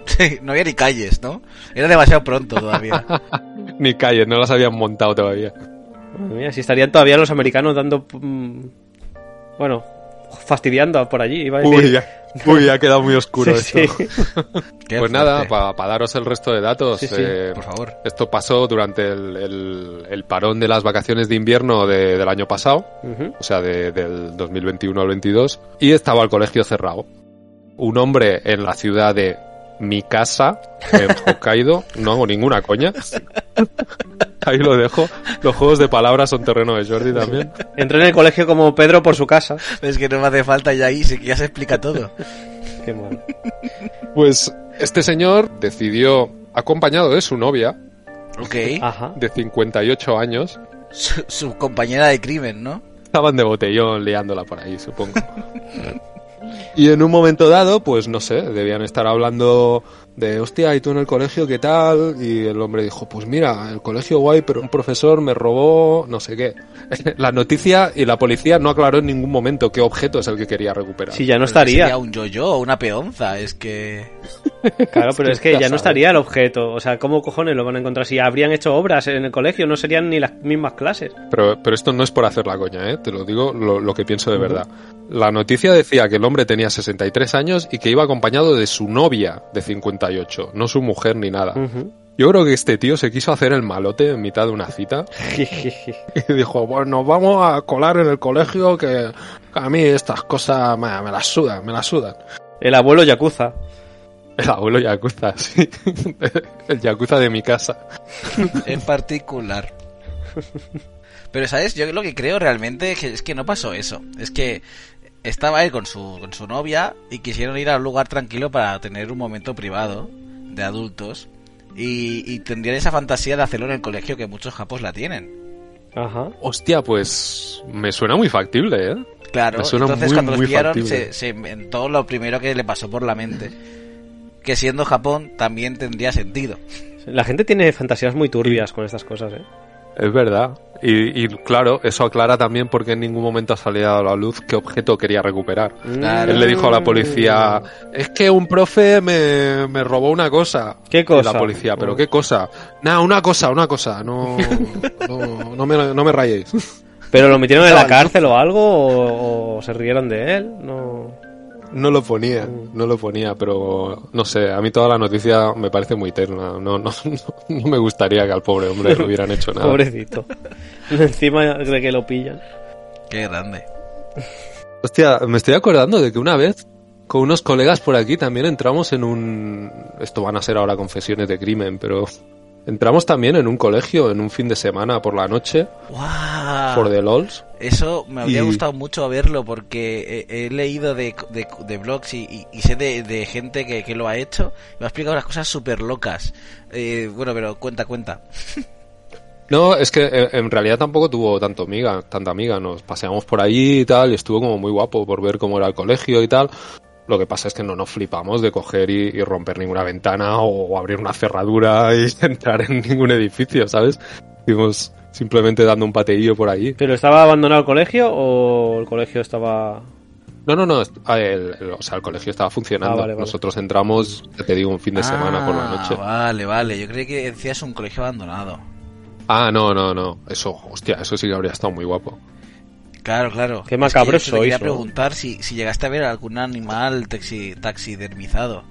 Sí, no había ni calles, ¿no? Era demasiado pronto todavía.
Ni calles, no las habían montado todavía.
Madre mía, si estarían todavía los americanos dando. mm, bueno, fastidiando por allí. Iba a decir.
Uy, ya, uy, ya ha quedado muy oscuro
Sí,
esto.
sí.
Qué
Pues nada,
fuerte.
para daros el resto de datos,
Sí, sí,
eh,
por favor.
esto pasó durante el, el- el parón de las vacaciones de invierno de- del año pasado,
Ujú.
o sea, de- del 2021 al 22, y estaba el colegio cerrado. Un hombre en la ciudad de mi casa en Hokkaido. No hago ninguna coña. Ahí lo dejo. Los juegos de palabras son terreno de Jordi también.
Entré en el colegio como Pedro por su casa.
Es que no me hace falta ya ahí, sí que ya se explica todo.
Qué mal.
Pues este señor decidió, acompañado de su novia,
Ok.
Ajá.
de 58 años,
Su, su compañera de crimen, ¿no?
Estaban de botellón liándola por ahí, supongo. Y en un momento dado, pues no sé, debían estar hablando de, hostia, ¿y tú en el colegio qué tal? Y el hombre dijo, pues mira, el colegio guay, pero un profesor me robó no sé qué. La noticia y la policía no aclaró en ningún momento qué objeto es el que quería recuperar.
Sí, ya no
Sería
estaría.
un yo-yo o una peonza, es que...
Claro, pero es que
Ya
ya no
sabes.
estaría el objeto. O sea, ¿cómo cojones lo van a encontrar? Si habrían hecho obras en el colegio, no serían ni las mismas clases.
Pero, pero esto no es por hacer la coña, ¿eh? te lo digo lo, lo que pienso de verdad. La noticia decía que el hombre tenía 63 años y que iba acompañado de su novia de 58, no su mujer ni nada.
Ujú.
Yo creo que este tío se quiso hacer el malote en mitad de una cita y dijo, bueno, nos vamos a colar en el colegio que a mí estas cosas me, me las sudan, me las sudan.
el abuelo Yakuza.
El abuelo Yakuza, sí. El Yakuza de mi casa.
en particular. Pero, ¿sabes? Yo lo que creo realmente que es que no pasó eso. Es que estaba él con su, con su novia y quisieron ir a un lugar tranquilo para tener un momento privado de adultos. Y, y tendrían esa fantasía de hacerlo en el colegio que muchos japos la tienen.
Ajá.
Hostia, pues me suena muy factible, ¿eh?
Claro,
Me suena
entonces
muy,
cuando los
muy
pillaron
factible.
se, se inventó lo primero que le pasó por la mente. Que siendo Japón también tendría sentido.
La gente tiene fantasías muy turbias con estas cosas, ¿eh?
Es verdad. Y, y, claro, eso aclara también porque en ningún momento ha salido a la luz qué objeto quería recuperar.
Claro.
Él le dijo a la policía, es que un profe me, me robó una cosa.
¿Qué
Y
cosa?
la policía, pero
Mm.
¿qué cosa? Nada, una cosa, una cosa. No, no, no me, no me rayéis.
¿Pero lo metieron en la
Estaban-
cárcel o algo? ¿O, o se rieron de él? No.
No lo ponía, no lo ponía, pero no sé, a mí toda la noticia me parece muy terna. No, no, no, no me gustaría que al pobre hombre le hubieran hecho nada.
Pobrecito. Encima de que lo pillan.
Qué grande.
Hostia, me estoy acordando de que una vez con unos colegas por aquí también entramos en un... Esto van a ser ahora confesiones de crimen, pero... Entramos también en un colegio, en un fin de semana por la noche,
¡Guau!
por The LOLs.
Eso me habría
Y-
gustado mucho verlo porque he, he leído de, de- de blogs y, y- y sé de, de gente que, que lo ha hecho. Me ha explicado unas cosas súper locas. Eh, bueno, pero cuenta, cuenta.
No, es que eh, en realidad tampoco tuvo tanto amiga, tanta amiga. Nos paseamos por allí y tal, y estuvo como muy guapo por ver cómo era el colegio y tal. Lo que pasa es que no nos flipamos de coger y, y romper ninguna ventana o abrir una cerradura y entrar en ningún edificio, ¿sabes? Fuimos simplemente dando un pateillo por allí.
¿Pero estaba abandonado el colegio o el colegio estaba.?
No, no, no, es- ah, el, el- o sea, el colegio estaba funcionando.
Ah, vale, vale.
Nosotros entramos, ya te digo, un fin de semana por la
Ah,
noche.
Vale, vale. Yo creí que decías un colegio abandonado.
Ah, no, no, no. Eso, hostia, eso sí que habría estado muy guapo.
Claro, claro.
Qué
Es que
macabros
yo te
sois,
Quería
¿no?
preguntar si, si llegaste a ver algún animal taxi, taxidermizado.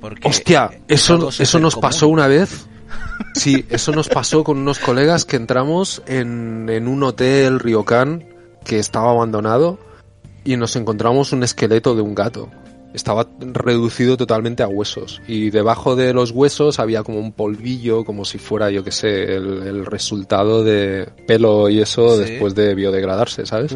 Porque
Hostia,
eh, es
eso,
algo
eso nos
supercomún.
pasó una vez. Sí, eso nos pasó con unos colegas que entramos en, en un hotel Ryokan que estaba abandonado y nos encontramos un esqueleto de un gato. Estaba reducido totalmente a huesos y debajo de los huesos había como un polvillo, como si fuera, yo qué sé, el, el resultado de pelo y eso
Sí.
después de biodegradarse, ¿sabes?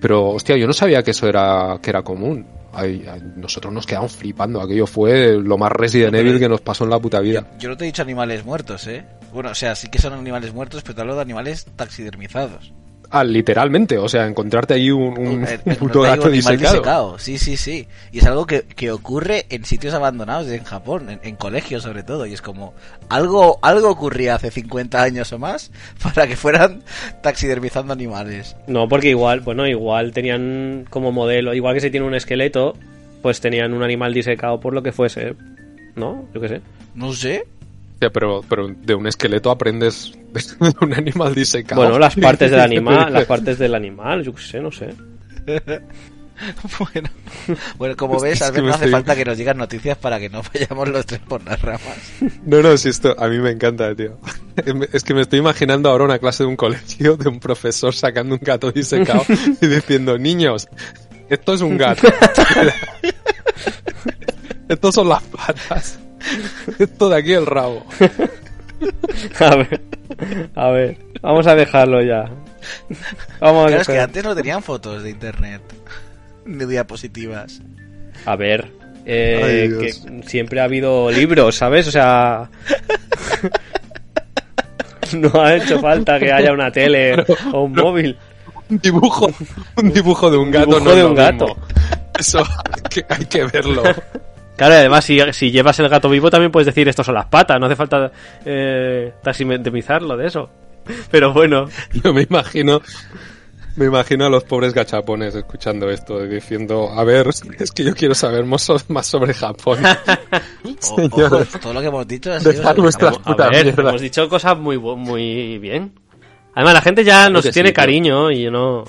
Pero, hostia, yo no sabía que eso era, que era común. Ay, ay, nosotros nos quedamos flipando. Aquello fue lo más Resident Evil que nos pasó en la puta vida.
Yo no te he dicho animales muertos, ¿eh? Bueno, o sea, sí que son animales muertos, pero te hablo de animales taxidermizados.
Ah, literalmente. O sea, encontrarte ahí un, un
Eh, eh,
puto
no te digo
gato
animal
disecado.
disecado. Sí, sí, sí. Y es algo que, que ocurre en sitios abandonados en Japón, en, en colegios sobre todo. Y es como, algo, algo ocurría hace 50 años o más para que fueran taxidermizando animales.
No, porque igual, bueno, igual tenían como modelo, igual que si tiene un esqueleto, pues tenían un animal disecado por lo que fuese. ¿No? Yo qué sé.
No sé.
Hostia, pero, pero de un esqueleto aprendes de un animal disecado.
Bueno, las partes del animal, las partes del animal, yo qué sé, no sé.
Bueno, bueno como ves,
Es
al
que me
menos no hace
estoy-
falta que nos digan noticias para que no vayamos los tres por las ramas.
No, no, si esto a mí me encanta, tío. Es que me estoy imaginando ahora una clase de un colegio de un profesor sacando un gato disecado y diciendo, niños, esto es un gato. Estos son las patas. Esto de aquí el rabo.
A ver, a ver, vamos a dejarlo ya. Vamos
Claro,
a
es que
dejar-
antes no tenían fotos de internet, de diapositivas.
A ver, eh,
Ay, Dios.
que siempre ha habido libros, ¿sabes? O sea... No ha hecho falta que haya una tele o un móvil.
Un dibujo, un dibujo de un gato
dibujo
no es
de
lo
un gato.
mismo. Eso hay que, hay que verlo.
Claro, y además, si, si llevas el gato vivo, también puedes decir esto son las patas. No hace falta eh, taximetimizarlo de eso. Pero bueno,
Yo me imagino, me imagino a los pobres gachapones escuchando esto y diciendo, a ver, es que yo quiero saber más so- más sobre Japón.
O-
Señores,
ojo, todo lo que hemos dicho ha sido
dejad
sobre
vuestras
Japón.
a
putas
ver,
mierdas.
hemos dicho cosas muy, bu- muy bien. Además, la gente ya nos
que sí,
tiene
tío.
cariño y no,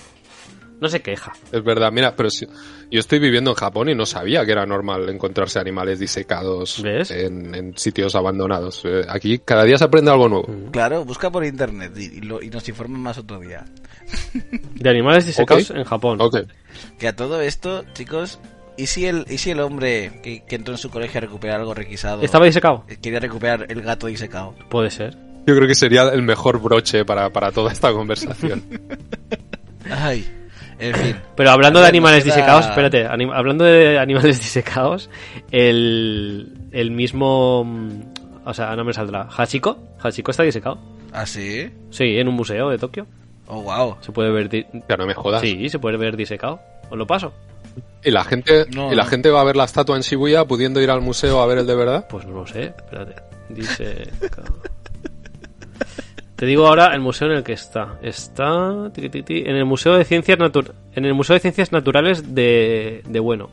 no se queja.
Es verdad, mira, pero si- yo estoy viviendo en Japón y no sabía que era normal encontrarse animales disecados
¿Ves?
en, en sitios abandonados. Eh, Aquí cada día se aprende algo nuevo.
Claro, busca por internet y, y lo- y nos informan más otro día.
De animales disecados
Ok.
en Japón.
Ok.
Que a todo esto, chicos, ¿y si el, y si el hombre que, que entró en su colegio a recuperar algo requisado
¿Estaba disecado?
eh, quería recuperar el gato disecado?
Puede ser.
Yo creo que sería el mejor broche para, para toda esta conversación.
Ay, en fin.
Pero hablando
A
de
ver,
animales
nos queda-
disecados, espérate, anim- hablando de animales disecados, el, el mismo... mm, O sea, no me saldrá. Hachiko. Hachiko está disecado.
¿Ah, sí?
Sí, en un museo de Tokio.
Oh, wow.
Se puede ver... di-
Ya no me jodas.
Sí, se puede ver disecado. Os lo paso.
Y la gente
No,
y la
no.
gente va a ver la estatua en Shibuya pudiendo ir al museo a ver el de verdad.
Pues no lo sé, espérate. Dice. Te digo ahora el museo en el que está. Está tiqui, tiqui, en el Museo de Ciencias Natur en el Museo de Ciencias Naturales de, de Bueno.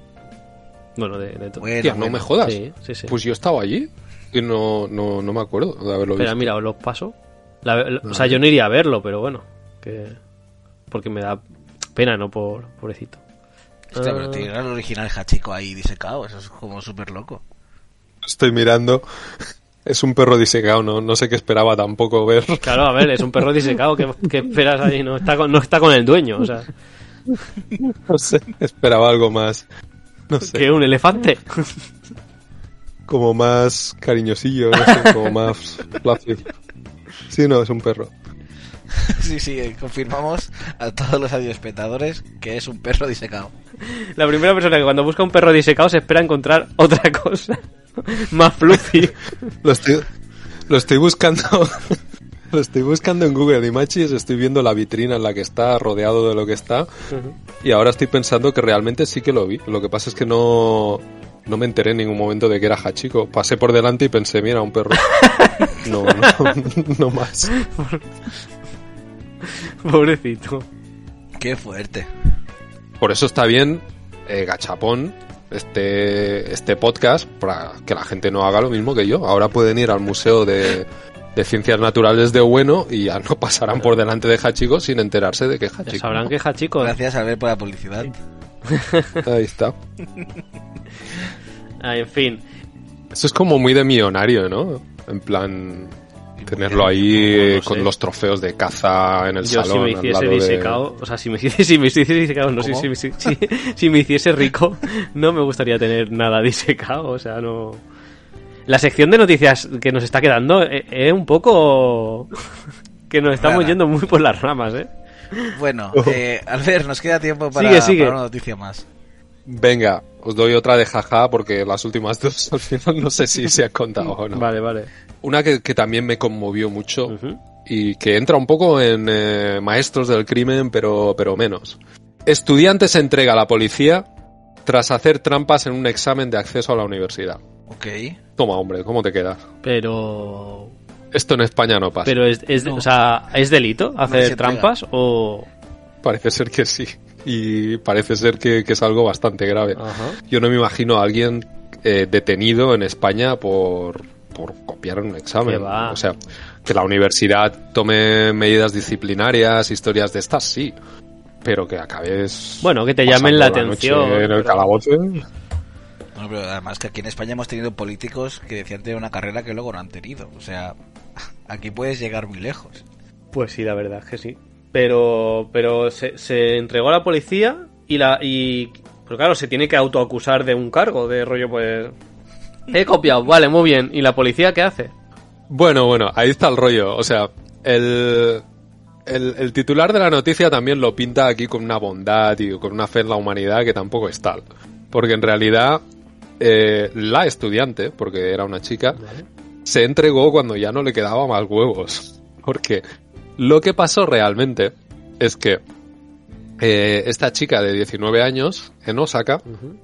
Bueno, de, de to-
Bueno,
Hostia, no
bueno.
me jodas.
Sí, sí, sí.
Pues yo estaba allí y no, no, no me acuerdo de haberlo
Espera,
visto.
mira, os los paso. La- la- o sea, yo no iría a verlo, pero bueno, que porque me da pena, no por pobrecito.
Hostia, pero
Ah.
tiene el original Hachiko ahí disecado, eso es como súper loco.
Estoy mirando. Es un perro disecado, no, no sé qué esperaba tampoco ver.
Claro, a ver, es un perro disecado que, que esperas ahí, no está con, no está con el dueño, o sea,
No sé, esperaba algo más. No sé,
que un elefante.
como más cariñosillo, no sé, como más fluffy. Sí, no, es un perro.
sí, sí, eh, confirmamos a todos los espectadores que es un perro disecado.
La primera persona que cuando busca un perro disecado se espera encontrar otra cosa más fluffy.
Lo estoy, lo estoy buscando. Lo estoy buscando en Google Images, estoy viendo la vitrina en la que está, rodeado de lo que está. Y ahora estoy pensando que realmente sí que lo vi. Lo que pasa es que no, no me enteré en ningún momento de que era Hachiko. Pasé por delante y pensé, mira, un perro. No, no, no más.
Pobrecito.
Qué fuerte.
Por eso está bien eh, Gachapón, este, este podcast, para que la gente no haga lo mismo que yo. Ahora pueden ir al Museo de, de Ciencias Naturales de Bueno y ya no pasarán por delante de Hachiko sin enterarse de que es
Ya
Hachiko.
sabrán que es Hachiko.
Gracias, Albert, por la publicidad.
Ahí está.
Ah, en fin.
Eso es como muy de millonario, ¿no? En plan, tenerlo ahí
No lo
eh, con
sé.
los trofeos de caza en el
Yo si me
salón. al
hiciese
lado de-
disecado, o sea, si me hiciese, si me hiciese disecado, no sé si,
¿Cómo?
si, si, si me hiciese rico, no me gustaría tener nada disecado, o sea, no... La sección de noticias que nos está quedando es un poco... que nos estamos
Rara.
yendo muy por las ramas, ¿eh?
Bueno, eh, Albert, nos queda tiempo para,
Sigue, sigue.
para una noticia más.
Venga, os doy otra de jaja porque las últimas dos al final no sé si se han contado o no.
Vale, Mm. vale.
Una que, que también me conmovió mucho
Ujú.
y que entra un poco en eh, maestros del crimen, pero, pero menos. Estudiante se entrega a la policía tras hacer trampas en un examen de acceso a la universidad.
Ok.
Toma, hombre, ¿cómo te quedas?
Pero...
Esto en España no pasa.
Pero es, es,
No.
o sea, ¿es delito
Nadie
hacer
se
trampas o...?
Parece ser que sí. Y parece ser que, que es algo bastante grave.
Ajá.
Yo no me imagino a alguien eh, detenido en España por, por copiar un
Que
examen.
va.
O sea, que la universidad tome medidas disciplinarias, historias de estas, sí. Pero que acabes.
Bueno, que te
pasando
llamen la
noche
atención,
en el
pero-
calabozo.
Bueno, pero además que aquí en España hemos tenido políticos que decían tener una carrera que luego no han tenido. O sea, aquí puedes llegar muy lejos.
Pues sí, la verdad es que sí. Pero, pero se, se entregó a la policía y la... Y, pero claro, se tiene que autoacusar de un cargo, de rollo, pues... He copiado, vale, muy bien. ¿Y la policía qué hace?
Bueno, bueno, ahí está el rollo. O sea, el, el, el titular de la noticia también lo pinta aquí con una bondad y con una fe en la humanidad que tampoco es tal. Porque en realidad, eh, la estudiante, porque era una chica, se entregó cuando ya no le quedaba más huevos. Porque lo que pasó realmente es que eh, esta chica de 19 años en Osaka,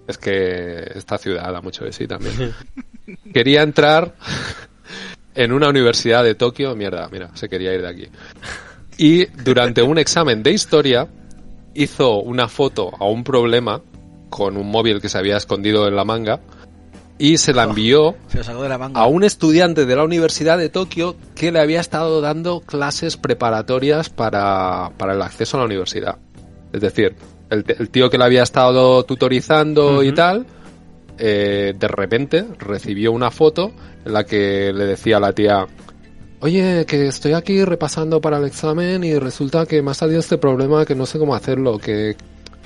es que esta ciudad da mucho de sí también, quería entrar en una universidad de Tokio, mierda, mira, se quería ir de aquí. Y durante un examen de historia hizo una foto a un problema con un móvil que se había escondido en la manga y se la envió
Se lo sacó de la manga.
a un estudiante de la Universidad de Tokio que le había estado dando clases preparatorias para, para el acceso a la universidad. Es decir, el, t- el tío que le había estado tutorizando y tal, eh, de repente recibió una foto en la que le decía a la tía, oye, que estoy aquí repasando para el examen y resulta que me ha salido este problema que no sé cómo hacerlo, que...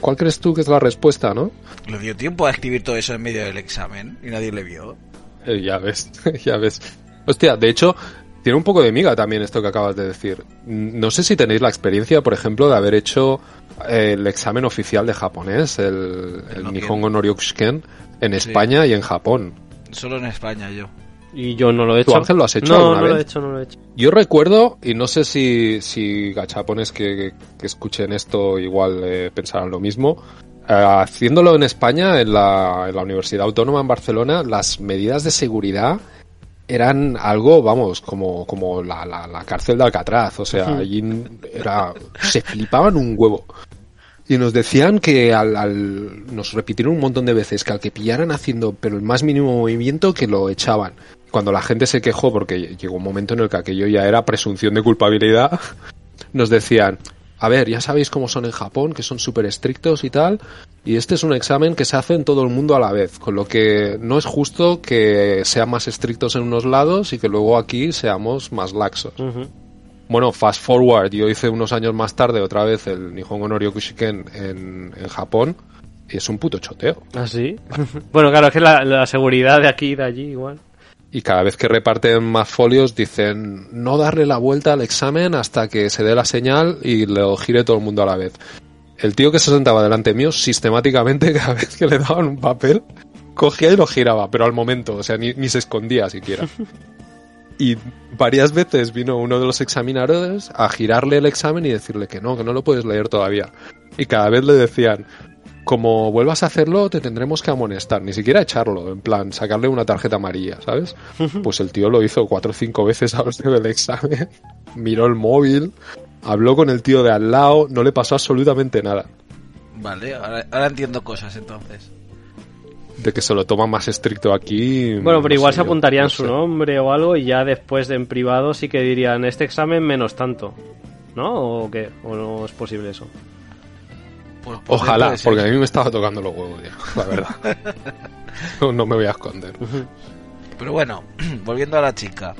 ¿Cuál crees tú que es la respuesta, no?
Le dio tiempo a escribir todo eso en medio del examen y nadie le vio.
Eh, ya ves, ya ves. Hostia, de hecho, tiene un poco de miga también esto que acabas de decir. Mm, No sé si tenéis la experiencia, por ejemplo, de haber hecho eh, el examen oficial de japonés, el, el
Nokian.
Nihongo Noryokushiken, en España y en Japón.
Solo en España yo.
Y yo no lo he
¿Tú,
hecho.
Ángel, lo has hecho
No,
alguna
no lo he
vez?
hecho, no lo he hecho.
Yo recuerdo, y no sé si, si gachapones que, que- que escuchen esto igual eh, pensarán lo mismo, eh, haciéndolo en España, en la, en la Universidad Autónoma en Barcelona, las medidas de seguridad eran algo, vamos, como, como la, la- la cárcel de Alcatraz, o sea, allí era, se flipaban un huevo. Y nos decían que al, al- nos repitieron un montón de veces que al que pillaran haciendo pero el más mínimo movimiento que lo echaban. Cuando la gente se quejó porque llegó un momento en el que aquello ya era presunción de culpabilidad, nos decían, a ver, ya sabéis cómo son en Japón, que son súper estrictos y tal, y este es un examen que se hace en todo el mundo a la vez, con lo que no es justo que sean más estrictos en unos lados y que luego aquí seamos más laxos.
Ujú.
Bueno, fast forward, yo hice unos años más tarde otra vez el Nihongo no Ryokushiken en, en Japón y es un puto choteo.
¿Ah, sí? bueno, claro, es que la, la seguridad de aquí y de allí igual.
Y cada vez que reparten más folios dicen no darle la vuelta al examen hasta que se dé la señal y lo gire todo el mundo a la vez. El tío que se sentaba delante mío sistemáticamente cada vez que le daban un papel cogía y lo giraba, pero al momento, o sea, ni, ni se escondía siquiera. Y varias veces vino uno de los examinadores a girarle el examen y decirle que no, que no lo puedes leer todavía. Y cada vez le decían, como vuelvas a hacerlo, te tendremos que amonestar, ni siquiera echarlo, en plan, sacarle una tarjeta amarilla, ¿sabes? Pues el tío lo hizo cuatro o cinco veces a base del examen, miró el móvil, habló con el tío de al lado, no le pasó absolutamente nada.
Vale, ahora, ahora entiendo cosas entonces.
De que se lo toma más estricto aquí.
Bueno, pero
no
igual
sé
se
yo,
apuntarían
no
su
sé.
nombre o algo y ya después en privado sí que dirían este examen menos tanto. ¿No? ¿O qué? ¿O no es posible eso?
Pues- pues
Ojalá,
puede ser.
porque a mí me estaba tocando los huevos ya, la verdad. No, no me voy a esconder.
Pero bueno, volviendo a la chica.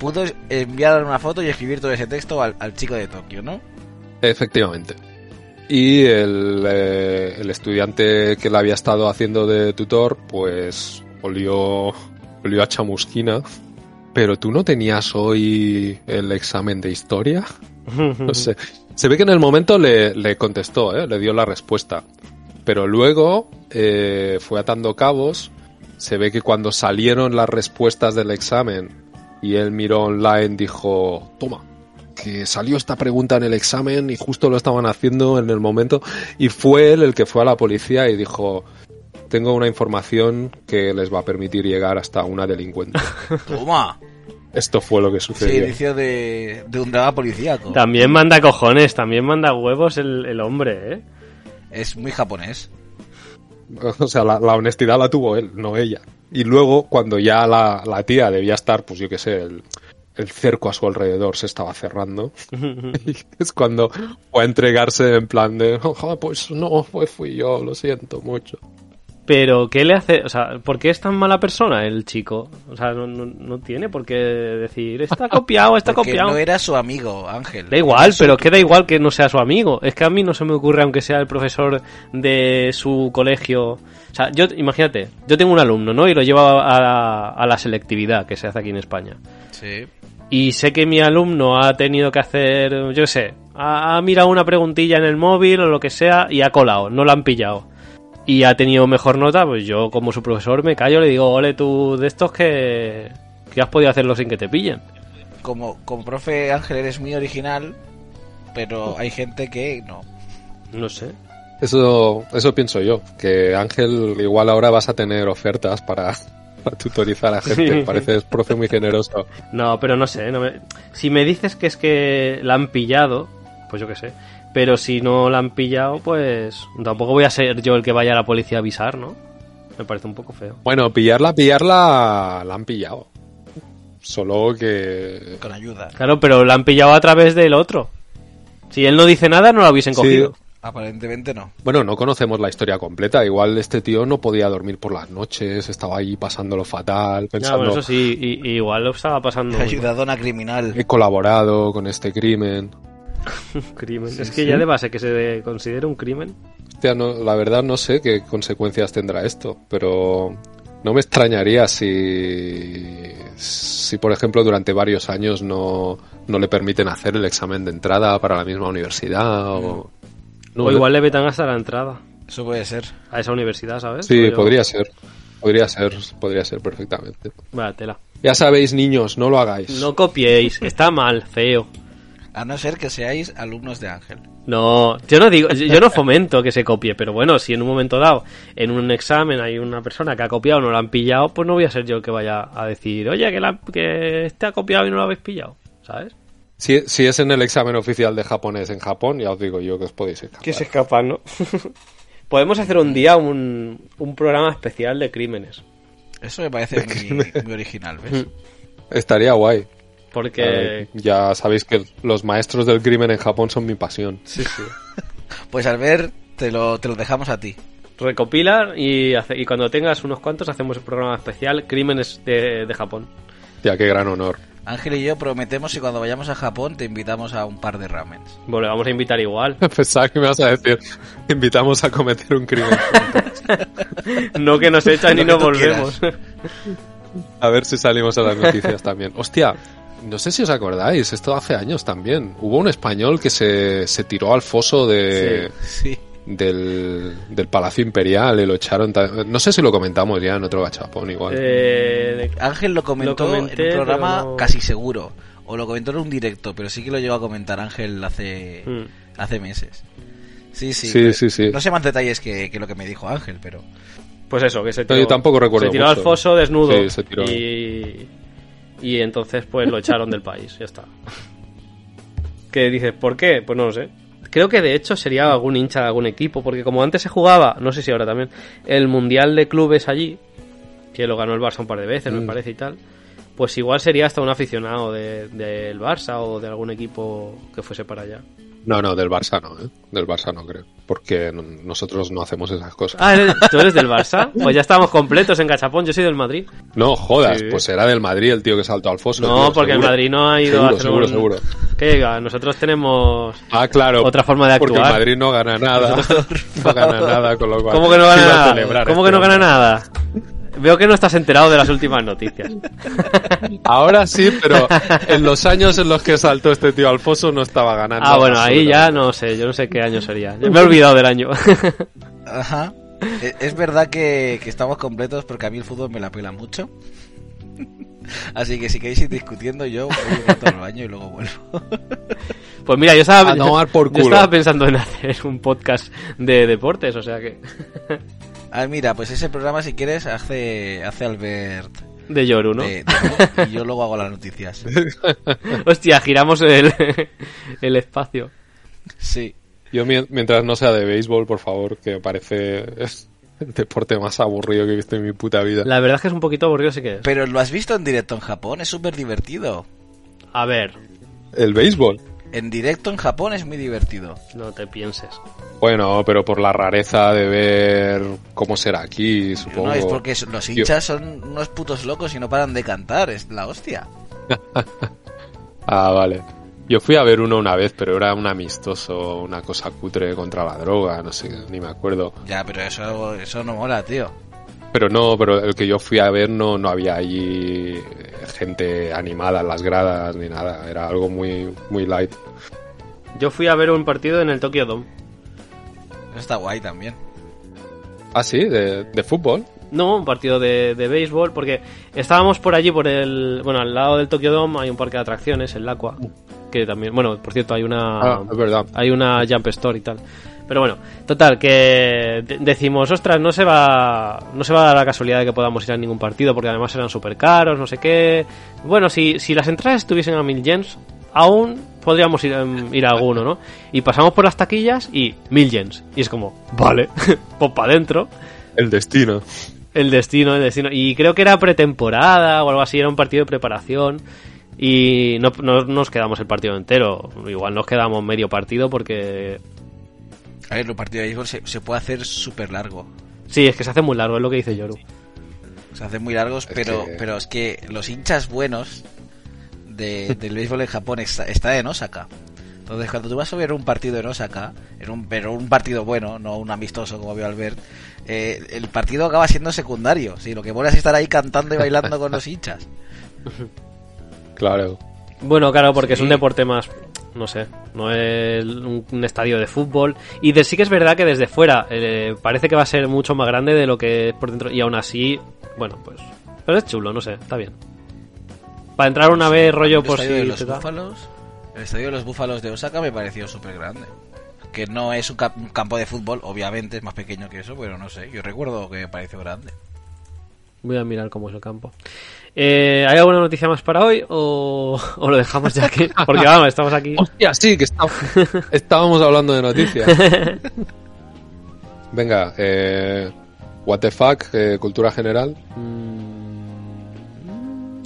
Pudo enviar una foto y escribir todo ese texto al, al chico de Tokio, ¿no?
Efectivamente. Y el, eh, el estudiante que la había estado haciendo de tutor, pues olió, olió a chamusquina. Pero tú no tenías hoy el examen de historia. No sé. Se ve que en el momento le, le contestó, ¿eh? le dio la respuesta. Pero luego eh, fue atando cabos. Se ve que cuando salieron las respuestas del examen y él miró online, dijo: Toma, que salió esta pregunta en el examen y justo lo estaban haciendo en el momento. Y fue él el que fue a la policía y dijo: Tengo una información que les va a permitir llegar hasta una delincuente.
Toma.
Esto fue lo que
Sí,
sucedió.
inicio de, de un drama policíaco.
También manda cojones, también manda huevos el, el hombre, ¿eh?
Es muy japonés.
O sea, la, la honestidad la tuvo él, no ella. Y luego, cuando ya la, la tía debía estar, pues yo qué sé, el, el cerco a su alrededor se estaba cerrando. y es cuando fue a entregarse en plan de, "Ojo, pues no, pues fui yo, lo siento mucho.
Pero, ¿qué le hace? O sea, ¿por qué es tan mala persona el chico? O sea, no, no- no tiene por qué decir, está copiado, está
Porque
copiado.
no era su amigo, Ángel.
Da igual,
Era su
pero queda igual que no sea su amigo. Es que a mí no se me ocurre, aunque sea el profesor de su colegio. O sea, yo, imagínate, yo tengo un alumno, ¿no? Y lo llevo a la, a la selectividad que se hace aquí en España.
Sí.
Y sé que mi alumno ha tenido que hacer, yo qué sé, ha, ha mirado una preguntilla en el móvil o lo que sea y ha colado, no la han pillado. Y ha tenido mejor nota, pues yo como su profesor me callo y le digo, ole tú de estos que, que has podido hacerlo sin que te pillen.
Como, como profe Ángel eres muy original, pero hay gente que no.
No sé.
Eso, eso pienso yo, que Ángel igual ahora vas a tener ofertas para, para tutorizar a gente,
Sí.
pareces profe muy generoso.
No, pero no sé. no me- Si me dices que es que la han pillado, pues yo qué sé. Pero si no la han pillado, pues tampoco voy a ser yo el que vaya a la policía a avisar, ¿no? Me parece un poco feo.
Bueno, pillarla, pillarla, la han pillado. Solo que...
Con ayuda,
Claro, pero la han pillado a través del otro. Si él no dice nada, no la hubiesen
Sí.
cogido.
aparentemente no.
Bueno, no conocemos la historia completa. Igual este tío no podía dormir por las noches, estaba ahí pasándolo fatal,
Ya,
pensando
bueno, eso sí, y, y igual lo estaba pasando.
Ayudadona criminal.
he colaborado con este crimen.
Un crimen. es que ya de base que se de- considere un crimen.
Hostia, no- la verdad no sé qué consecuencias tendrá esto, pero no me extrañaría si, si por ejemplo, durante varios años no, no le permiten hacer el examen de entrada para la misma universidad o... No,
Mm. o igual le vetan hasta la entrada
Eso puede ser.
a esa universidad, ¿sabes?
Sí,
Pero-
podría ser. Podría ser, podría ser perfectamente.
Vaya tela.
Ya sabéis, niños, no lo hagáis.
No copiéis, está mal, feo.
A no ser que seáis alumnos de Ángel.
No, yo no digo, yo yo no fomento que se copie, pero bueno, si en un momento dado, en un examen hay una persona que ha copiado o no la han pillado, pues no voy a ser yo el que vaya a decir, oye, que, la, que este ha copiado y no lo habéis pillado, ¿sabes?
Si, si es en el examen oficial de japonés en Japón, ya os digo yo que os podéis escapar.
Que se escapan, ¿no? Podemos hacer un día un, un programa especial de crímenes,
Eso me parece muy, muy original, ¿ves?
Estaría guay.
porque...
Ya sabéis que los maestros del crimen en Japón son mi pasión.
Sí, sí.
Pues al ver, te lo, te lo dejamos a ti.
Recopila y, hace- y cuando tengas unos cuantos hacemos el programa especial Crímenes de, de Japón.
Ya, qué gran honor.
Ángel y yo prometemos que cuando vayamos a Japón te invitamos a un par de ramens.
Bueno, le vamos a invitar igual.
Pensaba que me vas a decir, invitamos a cometer un crimen.
No que nos echan y
Lo que
no
tú
volvemos.
A ver si salimos a las noticias también. Hostia, no sé si os acordáis, esto hace años también. Hubo un español que se, se tiró al foso de,
Sí.
del, del Palacio Imperial y lo echaron. ta- No sé si lo comentamos ya en otro gachapón igual.
Eh, de-
Ángel lo comentó
Lo comenté,
en un programa
pero no-
casi seguro. O lo comentó en un directo, pero sí que lo llegó a comentar Ángel hace,
Mm.
hace meses. Sí, sí.
Sí,
pero-
sí, sí.
No sé más detalles que, que lo que me dijo Ángel, pero.
Pues eso, que se
No,
tiró.
yo tampoco recuerdo
Se tiró
mucho.
al foso desnudo.
Sí, se tiró.
Y, y entonces, pues lo echaron del país, ya está. ¿Qué dices? ¿Por qué? Pues no lo sé. Creo que de hecho sería algún hincha de algún equipo, porque como antes se jugaba, no sé si ahora también, el Mundial de Clubes allí, que lo ganó el Barça un par de veces, me
Mm.
parece y tal, pues igual sería hasta un aficionado de- del Barça o de algún equipo que fuese para allá.
No, no, del Barça no, ¿eh? Del Barça no creo. Porque n- nosotros no hacemos esas cosas.
Ah, ¿eres- ¿tú eres del Barça? Pues ya estamos completos en Cachapón, yo soy del Madrid.
No, jodas,
Sí.
pues era del Madrid el tío que saltó al foso.
No,
tío,
porque el
seguro.
Madrid no ha ido
Seguro,
a hacer
seguro,
un-
seguro.
¿Qué diga? Nosotros tenemos...
Ah, claro.
Otra forma de
Porque el
actuar.
Madrid no gana nada. No gana nada, con lo cual.
¿Cómo que no
iba
gana
a
nada?
celebrar
¿Cómo
este
que no gana
hombre.
nada? Veo que no estás enterado de las últimas noticias.
Ahora sí, pero en los años en los que saltó este tío al foso no estaba ganando.
Ah, bueno, ahí ya no sé, yo no sé qué año sería. Yo me he olvidado del año.
Ajá. E- Es verdad que, que estamos completos porque a mí el fútbol me la pela mucho. Así que si queréis ir discutiendo, yo voy un rato al baño y luego vuelvo.
Pues mira, yo estaba,
A tomar por
yo
culo.
estaba pensando en hacer un podcast de deportes, o sea que...
Ah, mira, pues ese programa, si quieres, hace, hace Albert. eh,
De Yoru, ¿no?
de- de- y yo luego hago las noticias.
Hostia, giramos el, el espacio.
Sí.
Yo mien- mientras no sea de béisbol, por favor, que me parece es el deporte más aburrido que he visto en mi puta vida.
La verdad es que es un poquito aburrido, sí que es.
Pero lo has visto en directo en Japón, es súper divertido.
A ver,
El béisbol.
en directo en Japón es muy divertido.
No te pienses.
Bueno, pero por la rareza de ver cómo será aquí,
Yo
supongo.
No, es porque los hinchas son unos putos locos y no paran de cantar, es la hostia.
Ah, vale. Yo fui a ver uno una vez, pero era un amistoso, una cosa cutre contra la droga, no sé, ni me acuerdo.
Ya, pero eso, eso no mola, tío.
Pero no, pero el que yo fui a ver no, no había allí gente animada en las gradas ni nada, era algo muy, muy light.
Yo fui a ver un partido en el Tokyo Dome.
Eso está guay también.
Ah, sí, de, de fútbol.
No, un partido de, de béisbol, porque estábamos por allí, por el. Bueno, al lado del Tokyo Dome hay un parque de atracciones, el Lacua. Que también. Bueno, por cierto, hay una.
Mm. Ah, es verdad.
Hay una Jump Store y tal. Pero bueno, total, que de- decimos, ostras, no se va. No se va a dar la casualidad de que podamos ir a ningún partido, porque además eran súper caros, no sé qué. Bueno, si, si las entradas estuviesen a mil yens, aún podríamos ir, em, ir a alguno, ¿no? Y pasamos por las taquillas y mil yens. Y es como, vale, pues para adentro.
El destino.
El destino, el destino. Y creo que era pretemporada o algo así, era un partido de preparación. Y no, no nos quedamos el partido entero. Igual nos quedamos medio partido porque.
A ver, los partidos de béisbol se, se puede hacer súper largo.
Sí, es que se hace muy largo, es lo que dice Yoru.
Se hacen muy largos,
Es
pero,
que-
pero es que los hinchas buenos de- del béisbol en Japón está, está en Osaka. Entonces, cuando tú vas a ver un partido en Osaka, en un, pero un partido bueno, no un amistoso como vio Albert, eh, el partido acaba siendo secundario. Sí, lo que mola es estar ahí cantando y bailando con los hinchas.
Claro.
Bueno, claro, porque es
Sí.
un deporte más. No sé, no es un, un estadio de fútbol. Y de- sí que es verdad que desde fuera eh, parece que va a ser mucho más grande de lo que es por dentro. Y aún así, bueno, pues. Pero es chulo, no sé, está bien. Para entrar una vez, rollo,
el
por si.
estadio de los
te da-
búfalos, el estadio de los búfalos de Osaka me pareció súper grande. Que no es un, cap- un campo de fútbol, obviamente, es más pequeño que eso, pero no sé. Yo recuerdo que me pareció grande.
Voy a mirar cómo es el campo. Eh, ¿Hay alguna noticia más para hoy o, o lo dejamos ya aquí? Porque vamos, estamos aquí.
Hostia, sí, que está- estábamos hablando de noticias. Venga, eh, what the fuck, eh, cultura general.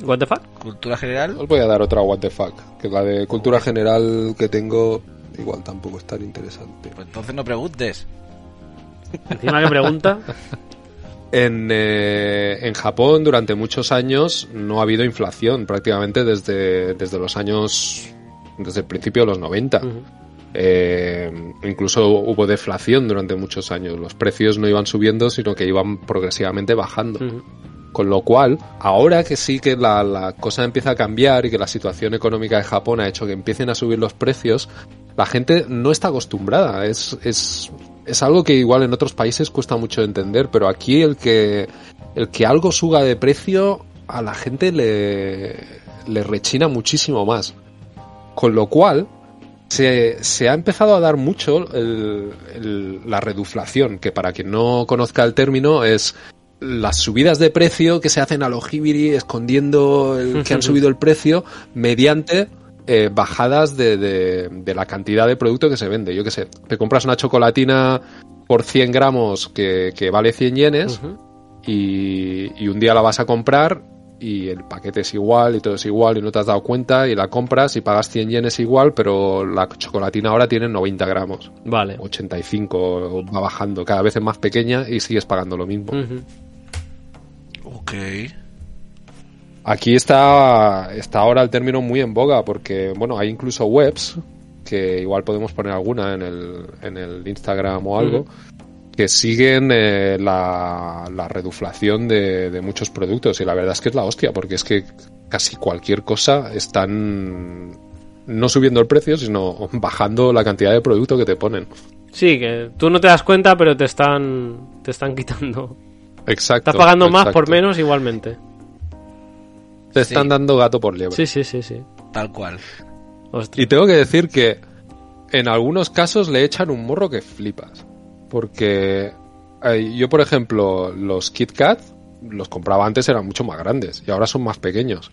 ¿What the fuck?
Cultura general,
Os voy a dar otra what the fuck, que la de cultura general que tengo igual tampoco es tan interesante.
pues entonces no preguntes.
Encima que pregunta.
En, eh, en Japón durante muchos años no ha habido inflación, prácticamente desde, desde los años, desde el principio de los 90.
Ujú.
Eh, incluso hubo deflación durante muchos años. Los precios no iban subiendo, sino que iban progresivamente bajando.
Ujú.
Con lo cual, ahora que sí que la, la cosa empieza a cambiar y que la situación económica de Japón ha hecho que empiecen a subir los precios, la gente no está acostumbrada. Es, es, es algo que igual en otros países cuesta mucho entender, pero aquí el que, el que algo suba de precio a la gente le, le rechina muchísimo más. Con lo cual, se, se ha empezado a dar mucho el- el- la reduflación, que para quien no conozca el término es las subidas de precio que se hacen a los jibiri escondiendo el que han subido el precio mediante eh, bajadas de, de- de la cantidad de producto que se vende. Yo que sé, te compras una chocolatina por 100 gramos que, que vale 100 yenes y, y un día la vas a comprar y el paquete es igual y todo es igual y no te has dado cuenta y la compras y pagas 100 yenes igual, pero la chocolatina ahora tiene 90 gramos,
Vale.
85, va bajando, cada vez es más pequeña y sigues pagando lo mismo.
Ujú.
Ok.
Aquí está, está ahora el término muy en boga porque, bueno, hay incluso webs que igual podemos poner alguna en el, en el Instagram o algo,
Ujú.
que siguen eh, la, la reduflación de, de muchos productos y la verdad es que es la hostia porque es que casi cualquier cosa están no subiendo el precio sino bajando la cantidad de producto que te ponen.
Sí, que tú no te das cuenta, pero te están, te están quitando.
Exacto.
Estás pagando más
exacto.
por menos igualmente.
Te están
Sí.
dando gato por liebre.
Sí, sí, sí, sí.
Tal cual.
Ostras.
Y tengo que decir que en algunos casos le echan un morro que flipas. Porque eh, yo, por ejemplo, los Kit Kat los compraba antes, eran mucho más grandes y ahora son más pequeños.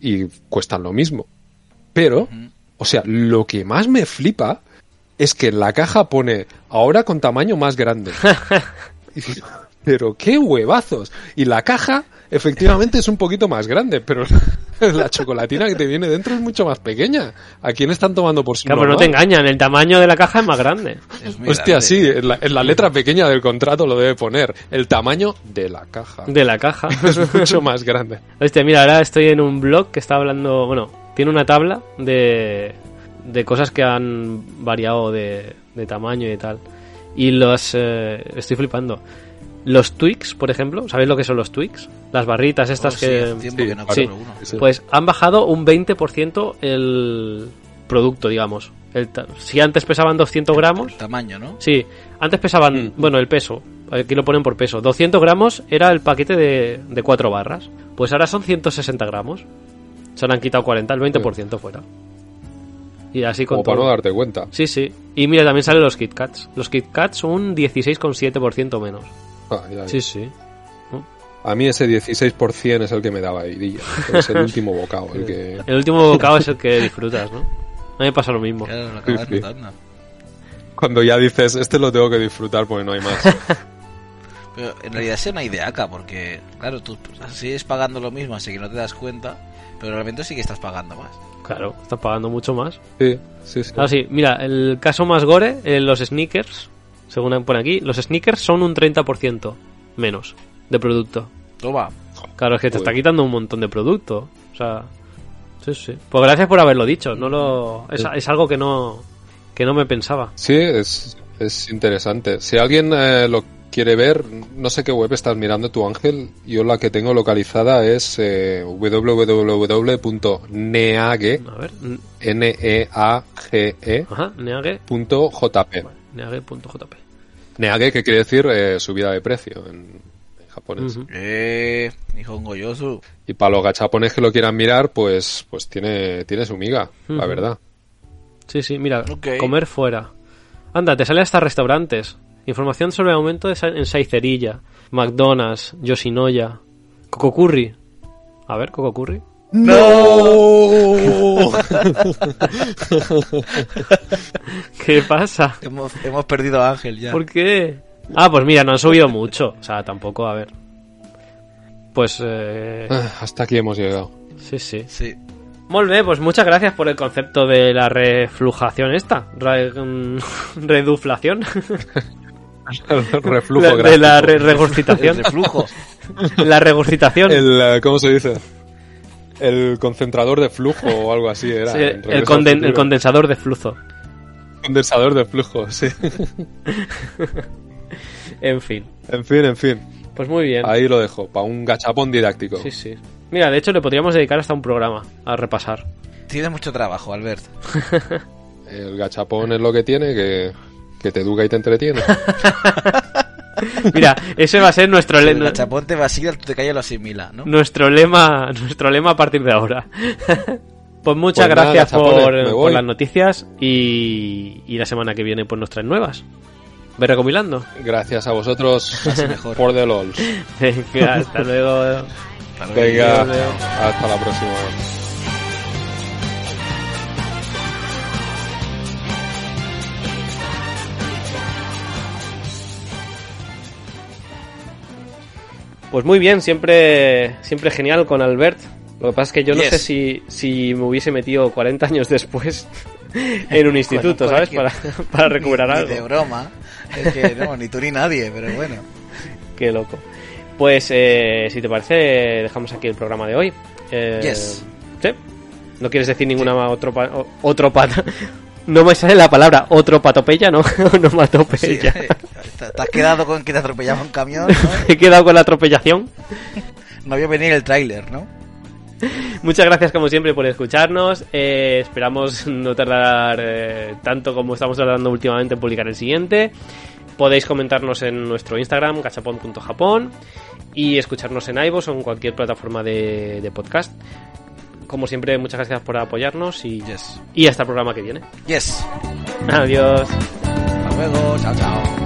Y cuestan lo mismo. Pero, o sea, lo que más me flipa es que en la caja pone ahora con tamaño más grande. Y digo, Pero qué huevazos. Y la caja Efectivamente es un poquito más grande, pero la chocolatina que te viene dentro es mucho más pequeña. ¿A quién están tomando por su
Claro, pero no te engañan, el tamaño de la caja es más grande.
Es muy
Hostia,
grande.
sí, en la, en la letra pequeña del contrato lo debe poner. El tamaño de la caja.
De la caja.
Es mucho más grande.
Hostia, mira, ahora estoy en un blog que está hablando. Bueno, tiene una tabla de, de cosas que han variado de, de tamaño y tal. Y los. eh, estoy flipando. Los Twix, por ejemplo, ¿sabéis lo que son los Twix? Las barritas
Oh,
estas
sí,
que.
hace tiempo que
sí,
no
sí.
compro uno.
Sí.
Pues han bajado un 20% el producto, digamos. El ta- si antes pesaban 200 gramos,
Tamaño, ¿no?
Sí, antes
Mm.
pesaban, bueno, el peso, aquí lo ponen por peso, 200 gramos era el paquete de, de 4 barras, pues ahora son 160 gramos, se le han quitado 40, el 20% fuera. Y así con
Como para no
todo.
darte cuenta.
Sí, sí. Y mira, también salen los Kit Kats. Los Kit Kats un 16,7% menos.
Ah, ya, ya.
Sí, sí.
A mí ese 16% es el que me daba irilla. Es el último bocado. El que...
El último bocado es el que disfrutas, ¿no? A mí me pasa lo mismo.
Claro, lo acabas
Sí, sí.
notando.
Cuando ya dices, este lo tengo que disfrutar porque no hay más.
Pero en realidad es una ideaca, porque, claro, tú sigues pagando lo mismo, así que no te das cuenta, pero realmente sí que estás pagando más.
Claro, estás pagando mucho más.
Sí, sí, sí.
Ah, sí, mira, el caso más gore, eh, los sneakers, según por aquí, los sneakers son un 30% menos de producto.
Toma.
Claro, es que te
Uy.
está quitando un montón de producto. O sea, sí, sí. Pues gracias por haberlo dicho. No lo, es, es algo que no, que no me pensaba.
Sí, es, es interesante. Si alguien eh, lo quiere ver, no sé qué web estás mirando tu ángel. Yo la que tengo localizada es eh, www.neage,
A ver, n-
n e a g -E
ajá, neage,
punto jp.
neage.jp.
Neage, que quiere decir eh, subida de precio en, en japonés.
Ujú.
Eh, Nihongo Yosu.
Y para los gachapones que lo quieran mirar, pues, pues tiene, tiene su miga, la
Ujú.
verdad.
Sí, sí, mira,
Ok.
comer fuera. Anda, te sale hasta restaurantes. Información sobre aumento de sa- en Saicerilla, McDonald's, Yoshinoya, Coco Curry. A ver, Coco Curry.
¡No!
¿Qué pasa?
Hemos, hemos perdido a Ángel ya.
¿Por qué? Ah, pues mira, no han subido mucho. O sea, tampoco, a ver. Pues, eh,
Ah, Hasta aquí hemos llegado.
sí, sí.
Sí.
Molt bé, pues muchas gracias por el concepto de la reflujación esta. Re- mm, reduflación.
Reflujo
La- de la
gráfico.
re- regurgitación.
El reflujo.
la regurgitación.
el eh, ¿cómo se dice? El concentrador de flujo o algo así era.
Sí,
en
el,
Regreso al
conden- el
Futuro.
condensador de flujo.
condensador de flujo, sí.
En fin.
En fin, en fin.
Pues muy bien.
Ahí lo dejo, para un gachapón didáctico.
Sí, sí. Mira, de hecho le podríamos dedicar hasta un programa a repasar.
Tienes mucho trabajo, Albert.
El gachapón es lo que tiene, que, que te educa y te entretiene.
Mira, ese va a ser nuestro
El
lema.
chaponte vacía, tú te callas y lo asimila, ¿no?
Nuestro lema, nuestro lema a partir de ahora. Pues muchas
Pues nada,
gracias
chapones, me
por,
voy.
por las noticias y, y la semana que viene pues nos traen nuevas. Ve recopilando.
Gracias a vosotros
Así mejor.
por the LOLs.
Venga, hasta luego.
Para ver.
Venga,
Adiós, Leo.
hasta la próxima.
Pues muy bien, siempre, siempre genial con Albert. Lo que pasa es que yo no
Yes.
sé si, si me hubiese metido 40 años después en un instituto,
Con-
¿sabes?
con-
Para, para recuperar
Ni- ni de
algo.
broma. Es que no, ni tú ni nadie, pero bueno.
Qué loco. Pues eh, si te parece, dejamos aquí el programa de hoy. Eh,
Yes.
¿Sí? ¿No quieres decir ninguna otro, pa- o- otro pata? No me sale la palabra otro patopeya, ¿no?
Pues Sí, eh,
Onomatopeya.
te te has quedado con que te atropellaba un camión, ¿no?
Me he quedado con la atropellación.
No vio venir el tráiler, ¿no?
Muchas gracias como siempre por escucharnos. Eh, esperamos no tardar eh, tanto como estamos tardando últimamente en publicar el siguiente. Podéis comentarnos en nuestro Instagram, gachapon.japón, y escucharnos en iVoox o en cualquier plataforma de, de podcast. Como siempre, muchas gracias por apoyarnos y,
Yes.
y hasta el programa que viene.
Yes.
Adiós.
Hasta luego. Chao, chao.